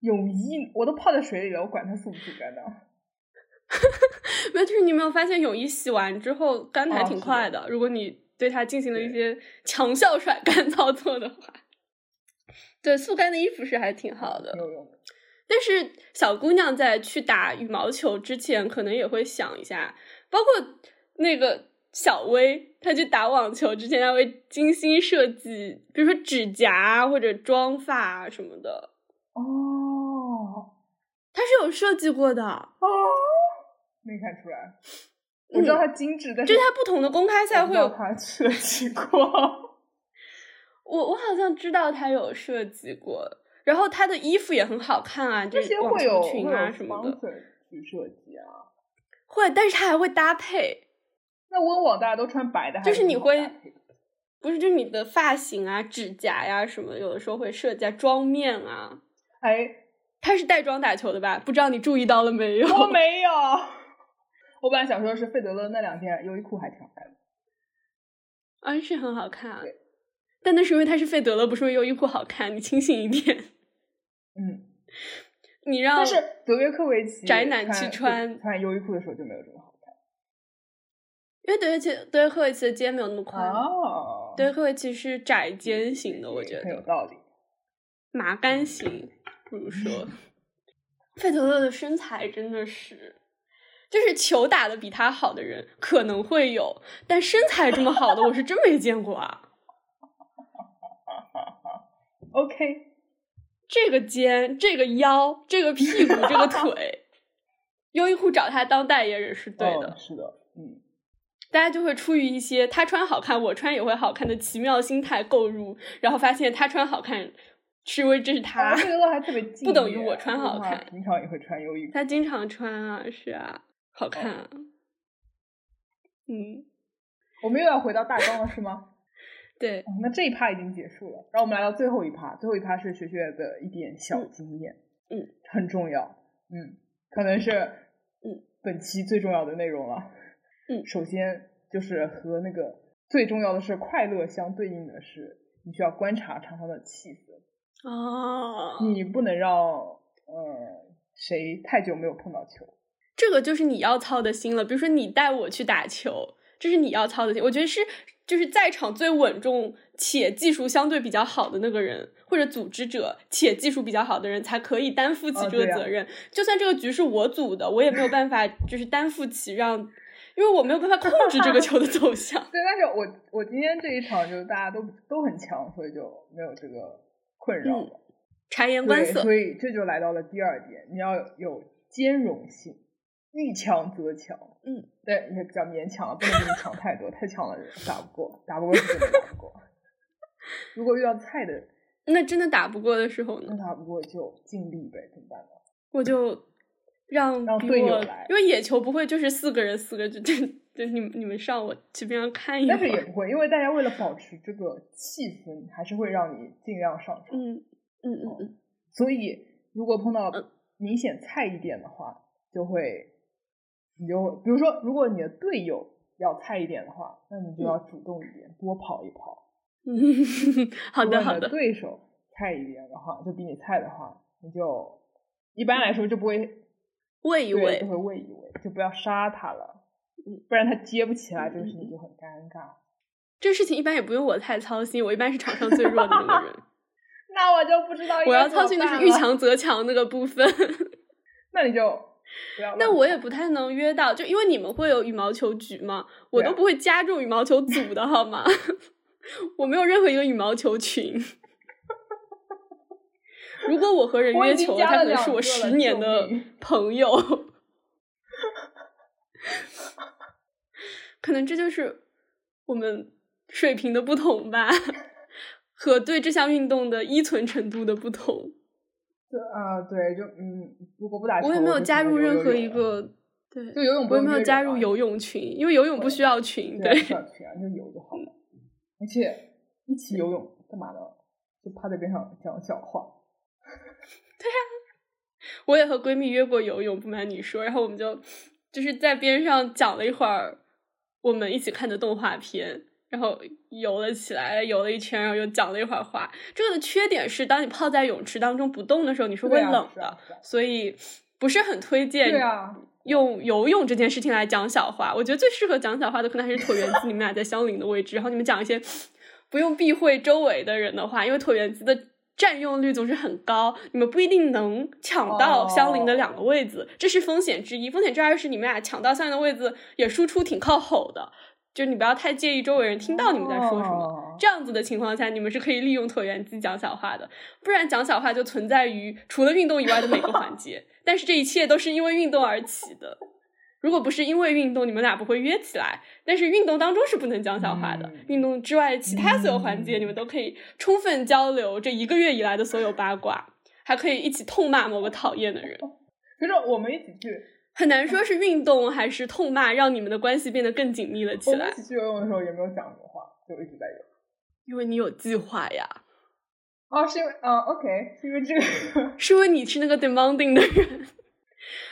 Speaker 1: 泳衣我都泡在水里了，我管它速不速干呢？
Speaker 2: [laughs] 没有，就是你有没有发现泳衣洗完之后干的还
Speaker 1: 哦
Speaker 2: 挺
Speaker 1: 是
Speaker 2: 快的？如果你对它进行了一些强效甩干 [laughs] 操作的话，对速干的衣服是还挺好的
Speaker 1: 挺。有用的。
Speaker 2: 但是小姑娘在去打羽毛球之前，可能也会想一下，包括那个小薇，她去打网球之前，她会精心设计，比如说指甲啊或者妆发啊什么的，
Speaker 1: 哦
Speaker 2: 她是有设计过的。
Speaker 1: 哦，没看出来，我
Speaker 2: 嗯
Speaker 1: 知道它精致，但
Speaker 2: 就是是她不同的公开赛
Speaker 1: 我不
Speaker 2: 会
Speaker 1: 知道
Speaker 2: 有
Speaker 1: 它设计 [laughs] 过。
Speaker 2: 我我好像知道他有设计过，然后他的衣服也很好看啊，就
Speaker 1: 这
Speaker 2: 是
Speaker 1: 些
Speaker 2: 网
Speaker 1: 会有
Speaker 2: 球
Speaker 1: 会
Speaker 2: 裙
Speaker 1: 有
Speaker 2: 啊什么的，
Speaker 1: sponsor 去设计啊。
Speaker 2: 会，但是他还会搭配，
Speaker 1: 那温网大家都穿白的，还
Speaker 2: 就是你
Speaker 1: 什么
Speaker 2: 会
Speaker 1: 搭配
Speaker 2: 不是就是你的发型啊、指甲呀、什么，有的时候会设计啊、妆面啊。
Speaker 1: 哎，
Speaker 2: 他是带妆打球的吧？不知道你注意到了没有？ [laughs]
Speaker 1: 我没有。我本来想说是费德勒那两天优衣库还挺好看的，
Speaker 2: 啊，是很好看啊
Speaker 1: 对，
Speaker 2: 但那是因为他是费德勒，不是因为优衣库好看。你清醒一点，
Speaker 1: 嗯，
Speaker 2: 你让
Speaker 1: 但是德约科维奇
Speaker 2: 宅男去穿
Speaker 1: 穿穿优衣库的时候就没有这么好
Speaker 2: 因为德约奇德约科维奇的肩没有那么宽
Speaker 1: 看，哦，
Speaker 2: 德约科维奇是窄肩型的，我觉
Speaker 1: 很
Speaker 2: 得
Speaker 1: 有。道理。
Speaker 2: 麻杆型，不如
Speaker 1: 嗯
Speaker 2: 说， [laughs] 费德勒的身材真的是，就是球打的比他好的人可能会有，但身材这么好的我是真没见过啊。
Speaker 1: OK，
Speaker 2: 这个肩，这个腰，这个屁股，
Speaker 1: [laughs]
Speaker 2: 这个腿，优衣库找他当代言人是对的，
Speaker 1: 嗯是的，
Speaker 2: [laughs]
Speaker 1: 嗯。
Speaker 2: 大家就会出于一些他穿好看，我穿也会好看的奇妙心态购入，然后发现他穿好看是因为这是他
Speaker 1: 啊，这个都还特别敬
Speaker 2: 不等于
Speaker 1: 业
Speaker 2: 我穿好
Speaker 1: 他
Speaker 2: 看
Speaker 1: 平常也会穿
Speaker 2: [laughs]
Speaker 1: 优衣库。
Speaker 2: 他经常穿啊，是啊，好看啊。
Speaker 1: 哦
Speaker 2: 嗯，
Speaker 1: 我们又要回到大纲了，是吗？
Speaker 2: 对，
Speaker 1: 嗯那这一趴已经结束了，然后我们来到最后一趴，最后一趴是学学的一点小经验，
Speaker 2: 嗯，
Speaker 1: 很重要，嗯，可能是
Speaker 2: 嗯
Speaker 1: 本期最重要的内容了，
Speaker 2: 嗯
Speaker 1: 首先就是和那个最重要的是快乐相对应的是，你需要观察场上的气氛，
Speaker 2: 哦，
Speaker 1: 你不能让呃谁太久没有碰到球。
Speaker 2: 这个就是你要操的心了。比如说，你带我去打球，这是你要操的心。我觉得是，就是在场最稳重且技术相对比较好的那个人，或者组织者且技术比较好的人，才可以担负起
Speaker 1: 哦
Speaker 2: 这个
Speaker 1: 对啊
Speaker 2: 责任。就算这个局是我组的，我也没有
Speaker 1: [laughs]
Speaker 2: 办法就是担负起让，因为我没有办法控
Speaker 1: [laughs]
Speaker 2: 制这个球的走向。 [laughs]
Speaker 1: 对，但是我我今天这一场就是大家都都很强，所以就没有这个困扰
Speaker 2: 嗯
Speaker 1: 了。
Speaker 2: 察言观
Speaker 1: 对，
Speaker 2: 色，
Speaker 1: 所以这就来到了第二点，你要有兼容性，遇强则强。
Speaker 2: 嗯，
Speaker 1: 但也比较勉强了，不能给你强太多，太强了打不过，打不过就真的打不过。 [laughs] 如果遇到菜的人，
Speaker 2: 那真的打不过的时候呢
Speaker 1: 那，打不过就尽力呗，怎么办呢？
Speaker 2: 我就让
Speaker 1: 让
Speaker 2: 比
Speaker 1: 队友
Speaker 2: 我
Speaker 1: 来
Speaker 2: 因为野球不会就是四个人四个人就就就你们你们上我去边上看一会
Speaker 1: 但是也
Speaker 2: 儿。
Speaker 1: 不会，因为大家为了保持这个气氛，还是会让你尽量上场。
Speaker 2: 嗯嗯嗯嗯，
Speaker 1: 所以如果碰到明显菜一点的话，就会你就比如说，如果你的队友要菜一点的话，那你就要主动一点，多跑一跑。
Speaker 2: 嗯，
Speaker 1: 哦
Speaker 2: [laughs] 好的
Speaker 1: 如果
Speaker 2: 好
Speaker 1: 你的
Speaker 2: 的，
Speaker 1: 对手菜一点的话，就比你菜的话，你就一般来说就不会
Speaker 2: 喂一
Speaker 1: 对
Speaker 2: 喂
Speaker 1: 就，会喂一喂，就不要杀他了
Speaker 2: 嗯，
Speaker 1: 不然他接不起来，这个事
Speaker 2: 嗯嗯
Speaker 1: 情就很尴尬。
Speaker 2: 这事情一般也不用我太操心，我一般是场上最弱的
Speaker 1: [laughs]
Speaker 2: 那个人，
Speaker 1: 那我就不知道应该
Speaker 2: 我要
Speaker 1: 怎么
Speaker 2: 操心的
Speaker 1: 办啊
Speaker 2: 是遇
Speaker 1: 了，
Speaker 2: 强则强那个部分。
Speaker 1: 那你就不要乱
Speaker 2: 那我也
Speaker 1: 跑
Speaker 2: 不太能约到，就因为你们会有羽毛球局嘛，我
Speaker 1: 对
Speaker 2: 都
Speaker 1: 啊
Speaker 2: 不会加入羽毛球组的好吗？ [laughs] 我没有任何一个羽毛球群。如果我和人
Speaker 1: 我已
Speaker 2: 约
Speaker 1: 经
Speaker 2: 球，
Speaker 1: 加
Speaker 2: 他
Speaker 1: 了两
Speaker 2: 可能是我
Speaker 1: 个
Speaker 2: 十
Speaker 1: 了
Speaker 2: 年
Speaker 1: 救
Speaker 2: 的
Speaker 1: 命
Speaker 2: 朋友。 [laughs] 可能这就是我们水平的不同吧，和对这项运动的依存程度的不同。
Speaker 1: 对啊、对，就嗯，如果不打球，
Speaker 2: 我也没有
Speaker 1: 就
Speaker 2: 加
Speaker 1: 只能
Speaker 2: 入
Speaker 1: 游
Speaker 2: 任
Speaker 1: 游
Speaker 2: 何
Speaker 1: 泳
Speaker 2: 一
Speaker 1: 了，
Speaker 2: 个，对，
Speaker 1: 就游泳不
Speaker 2: 我也
Speaker 1: 用
Speaker 2: 没有
Speaker 1: 约
Speaker 2: 加
Speaker 1: 人
Speaker 2: 入
Speaker 1: 啊
Speaker 2: 游泳群，因为游泳不需
Speaker 1: [laughs]
Speaker 2: 要群，
Speaker 1: 对啊，
Speaker 2: 对
Speaker 1: 不，要去啊，就游就好了。而且一起游泳干嘛呢？就趴在边上讲小话。
Speaker 2: 我也和闺蜜约过游泳，不瞒你说，然后我们就就是在边上讲了一会儿我们一起看的动画片，然后游了起来，游了一圈，然后又讲了一会儿话。这个的缺点是，当你泡在泳池当中不动的时候，你是会
Speaker 1: 对啊
Speaker 2: 冷
Speaker 1: 是
Speaker 2: 的，
Speaker 1: 啊是啊
Speaker 2: 所以不是很推荐。
Speaker 1: 对啊，
Speaker 2: 用游泳这件事情来讲小话，我觉得最适合讲小话的可能还是椭圆机，你们俩在相邻的位置，然后你们讲一些不用避讳周围的人的话，因为椭圆机的占用率总是很高，你们不一定能抢到相邻的两个位子，这是风险之一。风险之二是你们俩抢到相邻的位子也输出挺靠吼的，就你不要太介意周围人听到你们在说什么。
Speaker 1: 哦
Speaker 2: 这样子的情况下，你们是可以利用椭圆机讲小话的，不然讲小话就存在于除了运动以外的每个环节。 [laughs] 但是这一切都是因为运动而起的，如果不是因为运动，你们俩不会约起来。但是运动当中是不能讲小话的，
Speaker 1: 嗯
Speaker 2: 运动之外其他所有环节，
Speaker 1: 嗯
Speaker 2: 你们都可以充分交流这一个月以来的所有八卦，还可以一起痛骂某个讨厌的人。
Speaker 1: 可是我们一起去，
Speaker 2: 很难说是运动还是痛骂让你们的关系变得更紧密了
Speaker 1: 我
Speaker 2: 起
Speaker 1: 们一
Speaker 2: 来，
Speaker 1: 起去游泳的时候也没有讲什么话，就一直在游。
Speaker 2: 因为你有计划呀。
Speaker 1: 哦，是因为啊、o k 是因为这个
Speaker 2: 是因为你是那个 demanding 的人，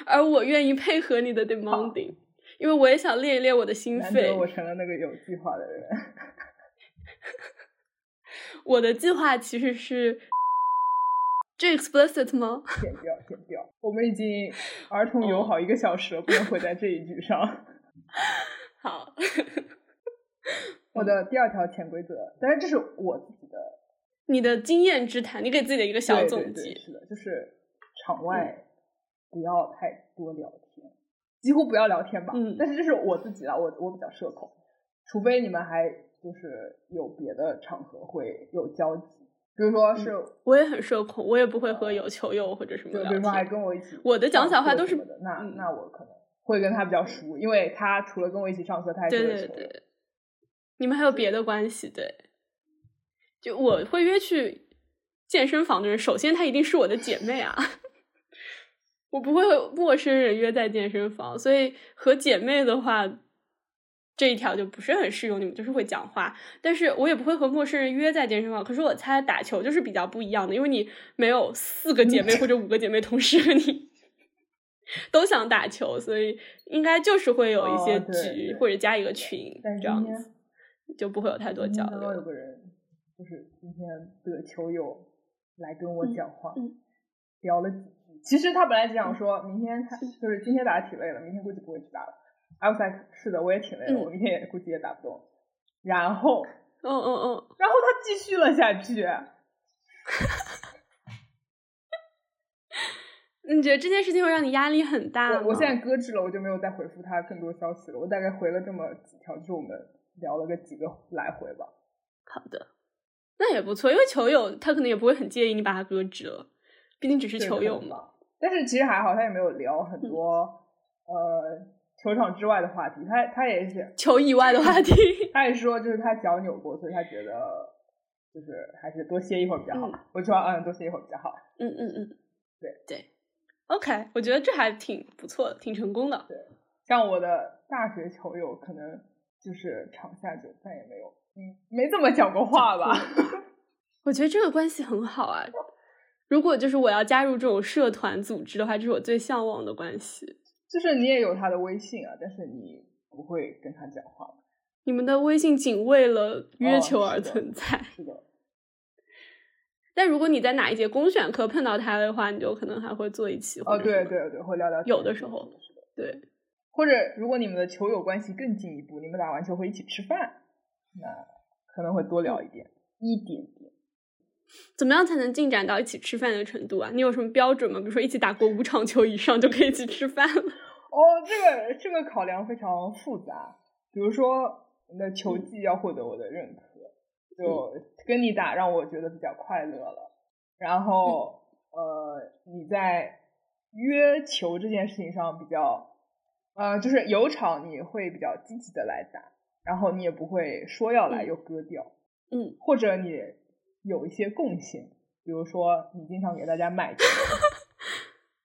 Speaker 2: 而我愿意配合你的 demanding，因为我也想练一练我的心
Speaker 1: [laughs] 难得我
Speaker 2: 肺。
Speaker 1: 成了那个有计划的人。
Speaker 2: 我的计划其实是，这 explicit 吗？
Speaker 1: 剪掉，剪掉，我们已经儿童
Speaker 2: 哦
Speaker 1: 友好一个小时了，不能毁在这一句上。
Speaker 2: 好，
Speaker 1: 我的第二条潜规则，但是这是我自己的
Speaker 2: 你的经验之谈，你给自己的一个小
Speaker 1: 对
Speaker 2: 总
Speaker 1: 对对，
Speaker 2: 结。嗯
Speaker 1: 是的，就是场外不要太多聊天，几乎不要聊天吧。
Speaker 2: 嗯
Speaker 1: 但是这是我自己啦，我我比较社恐，除非你们还就是有别的场合会有交集，比如
Speaker 2: 嗯
Speaker 1: 说是，
Speaker 2: 我也很社恐，我也不会和有球友或者什么
Speaker 1: 就
Speaker 2: 聊
Speaker 1: 比如说还
Speaker 2: 天。
Speaker 1: 跟我一起
Speaker 2: 我的讲
Speaker 1: 上
Speaker 2: 小话
Speaker 1: 课
Speaker 2: 都
Speaker 1: 什
Speaker 2: 是
Speaker 1: 么的，那、
Speaker 2: 嗯
Speaker 1: 那我可能会跟他比较熟，因为他除了跟我一起上课，他还是
Speaker 2: 对
Speaker 1: 我的
Speaker 2: 对
Speaker 1: 球友
Speaker 2: 对，你们还有别的关系对？就我会约去健身房的人，首先她一定是我的姐妹啊， [laughs] 我不会和陌生人约在健身房，所以和姐妹的话，这一条就不是很适用。你们就是会讲话，但是我也不会和陌生人约在健身房。可是我猜打球就是比较不一样的，因为你没有四个姐妹或者五个姐妹同时和你 [laughs] 都想打球，所以应该就是会有一些
Speaker 1: 哦对
Speaker 2: 局、
Speaker 1: 对
Speaker 2: 或者加一个群
Speaker 1: 但是
Speaker 2: 这样
Speaker 1: 今天
Speaker 2: 子，就不会有太多
Speaker 1: 今
Speaker 2: 交
Speaker 1: 嗯天刚刚有
Speaker 2: 流。
Speaker 1: 个人，就是今天的球友来跟我讲话，
Speaker 2: 嗯嗯嗯
Speaker 1: 聊了几句。其实他本来只想说，明天他就是今天打的挺累了，明天估计不会去打了。I was like，是的，我也挺累了，
Speaker 2: 嗯
Speaker 1: 我明天也估计也打不动。然后，
Speaker 2: 嗯嗯嗯，
Speaker 1: 然后他继续了下去。
Speaker 2: 啊你觉得这件事情会让你压力很大吗？
Speaker 1: 我我现在搁置了，我就没有再回复他更多消息了。我大概回了这么几条，就是我们聊了个几个来回吧。
Speaker 2: 好的，那也不错，因为球友他可能也不会很介意你把他搁置了，毕竟只是
Speaker 1: 对
Speaker 2: 球
Speaker 1: 可
Speaker 2: 友
Speaker 1: 能
Speaker 2: 嘛。
Speaker 1: 吧嗯但是其实还好，他也没有聊很多、呃球场之外的话题。他他也是
Speaker 2: 球以外的
Speaker 1: [laughs]
Speaker 2: 话题，
Speaker 1: 他也说，就是他脚扭过，所以他觉得就是还是多歇一会儿比较好。
Speaker 2: 嗯
Speaker 1: 我说嗯，多歇一会儿比较好。
Speaker 2: 嗯嗯嗯，
Speaker 1: 对
Speaker 2: 对，OK，我觉得这还挺不错的，挺成功的。
Speaker 1: 像我的大学球友，可能就是场下就再也没有嗯没怎么讲过话吧。
Speaker 2: 我觉得这个关系很好啊。如果就是我要加入这种社团组织的话，这是我最向往的关系。
Speaker 1: [laughs] 就是你也有他的微信啊，但是你不会跟他讲话。
Speaker 2: 你们的微信仅为了约
Speaker 1: 哦
Speaker 2: 球
Speaker 1: 是
Speaker 2: 而
Speaker 1: 的
Speaker 2: 存在，
Speaker 1: 是的，
Speaker 2: 但如果你在哪一节公选课碰到他的话，你就可能还会坐一起。
Speaker 1: 哦，对
Speaker 2: 对
Speaker 1: 对对，会聊聊天。
Speaker 2: 有的时候
Speaker 1: 是的，是的。
Speaker 2: 对，
Speaker 1: 或者如果你们的球友关系更进一步，你们打完球会一起吃饭，那可能会多
Speaker 2: 嗯
Speaker 1: 聊一点，一点点。
Speaker 2: 怎么样才能进展到一起吃饭的程度啊？你有什么标准吗？比如说一起打过五场球以上就可以一起吃饭了？
Speaker 1: 哦，这个这个考量非常复杂，比如说你的球技要获得我的认可，就跟你打让我觉得比较快乐了。然后、呃，你在约球这件事情上比较，呃，就是有场你会比较积极的来打，然后你也不会说要来
Speaker 2: 嗯
Speaker 1: 又割掉。
Speaker 2: 嗯，
Speaker 1: 或者你有一些贡献，比如说你经常给大家买球，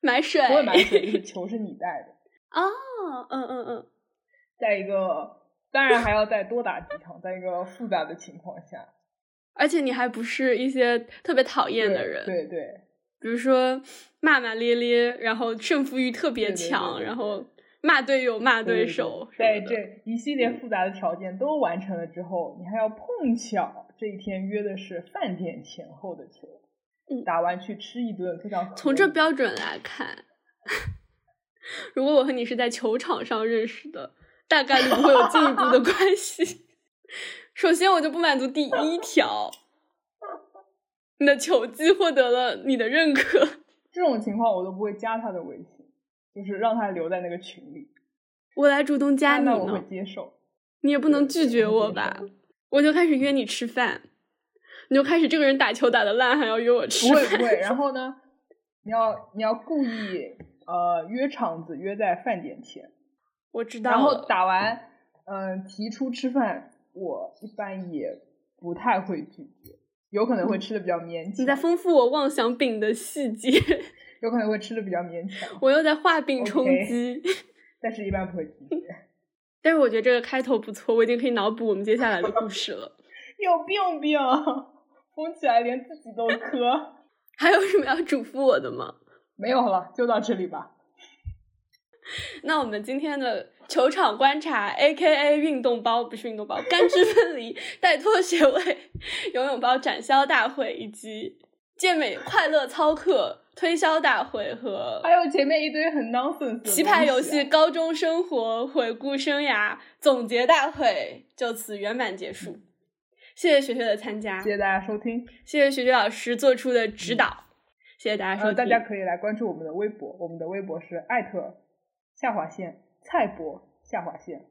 Speaker 2: 买水。
Speaker 1: 不会买水，就是球是你带的。
Speaker 2: 哦，嗯嗯嗯，
Speaker 1: 在一个当然还要再多打几场，在一个复杂的情况下，
Speaker 2: 而且你还不是一些特别讨厌的
Speaker 1: 对
Speaker 2: 人，
Speaker 1: 对对
Speaker 2: 比如说骂骂咧咧，然后胜负欲特别
Speaker 1: 对对对
Speaker 2: 强，
Speaker 1: 对对
Speaker 2: 然后骂队友、骂
Speaker 1: 对对
Speaker 2: 手什
Speaker 1: 在
Speaker 2: 么的，嗯
Speaker 1: 这一系列复杂的条件都完成了之后，你还要碰巧这一天约的是饭点前后的球，
Speaker 2: 嗯
Speaker 1: 打完去吃一顿，非常合
Speaker 2: 从这
Speaker 1: 理
Speaker 2: 标准来看， [laughs] 如果我和你是在球场上认识的，大概率不会有进一步的 [laughs] 关系。首先，我就不满足第一条，你的球技获得了你的认可。
Speaker 1: 这种情况我都不会加他的微信，就是让他留在那个群里，
Speaker 2: 我来主动加你
Speaker 1: 那我会
Speaker 2: 呢，
Speaker 1: 接受。
Speaker 2: 你也不能拒绝我
Speaker 1: 对
Speaker 2: 吧？我就开始约你吃饭，你就开始这个人打球打的烂，还要约我吃
Speaker 1: 不
Speaker 2: 饭。
Speaker 1: 会不
Speaker 2: [laughs]
Speaker 1: 会。然后呢，你要你要故意呃约场子约在饭点前，
Speaker 2: 我知道了。
Speaker 1: 然后打完嗯、呃提出吃饭，我一般也不太会拒绝，有可能会吃的比较勉
Speaker 2: 嗯你在
Speaker 1: 强，
Speaker 2: 丰富我妄想饼的细节， [laughs]
Speaker 1: 有可能会吃的比较勉强，
Speaker 2: 我又在画饼充
Speaker 1: OK
Speaker 2: 饥。
Speaker 1: 但是一般不会拒
Speaker 2: 嗯
Speaker 1: 绝。
Speaker 2: 但是我觉得这个开头不错，我已经可以脑补我们接下来的故事了。
Speaker 1: [laughs]
Speaker 2: [laughs]
Speaker 1: 有病病，疯起来连自己都磕。
Speaker 2: 还有什么要嘱咐我的吗？
Speaker 1: 没有了，就到这里吧。
Speaker 2: 那我们今天的球场观察 （A K A 运动包）不是运动包，干支分离、带拖鞋位、游泳包展销大会以及健美快乐操课推销大会和
Speaker 1: 还有前面一堆很 nonsense 的
Speaker 2: 棋牌游
Speaker 1: 东西
Speaker 2: 戏
Speaker 1: 啊
Speaker 2: 高中生活回顾生涯总结大会就此圆满结束。谢谢学学的参加，
Speaker 1: 谢谢大家收听，
Speaker 2: 谢谢学学老师做出的指导，谢谢大家收
Speaker 1: 呃，
Speaker 2: 听。
Speaker 1: 大家可以来关注我们的微博，我们的微博是艾特下划线蔡博下划线。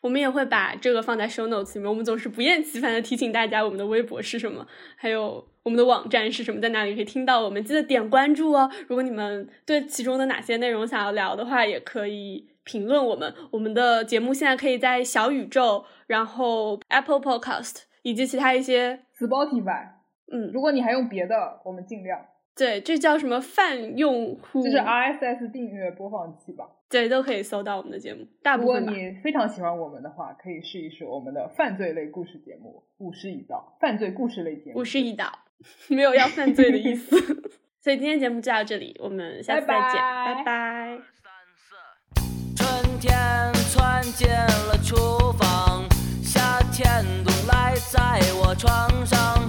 Speaker 2: 我们也会把这个放在 show notes 里面。我们总是不厌其烦的提醒大家我们的微博是什么，还有我们的网站是什么，在哪里可以听到我们。记得点关注哦。如果你们对其中的哪些内容想要聊的话，也可以评论我们。我们的节目现在可以在小宇宙、然后 Apple Podcast 以及其他一些
Speaker 1: Spotify，
Speaker 2: 嗯，
Speaker 1: 如果你还用别的，我们尽量，
Speaker 2: 对，这叫什么泛用户，
Speaker 1: 就是 RSS 订阅播放器吧。
Speaker 2: 对都可以搜到我们的节目，大
Speaker 1: 如
Speaker 2: 部
Speaker 1: 果
Speaker 2: 分吧。
Speaker 1: 你非常喜欢我们的话，可以试一试我们的犯罪类故事节目《五十一道》犯罪故事类节目。
Speaker 2: 我是一岛，没有要犯罪的意思。 [laughs] 所以今天节目就到这里，我们下次再见，
Speaker 1: 拜拜
Speaker 2: 拜拜
Speaker 3: 春天窜进了厨房，夏天冬赖在我床上，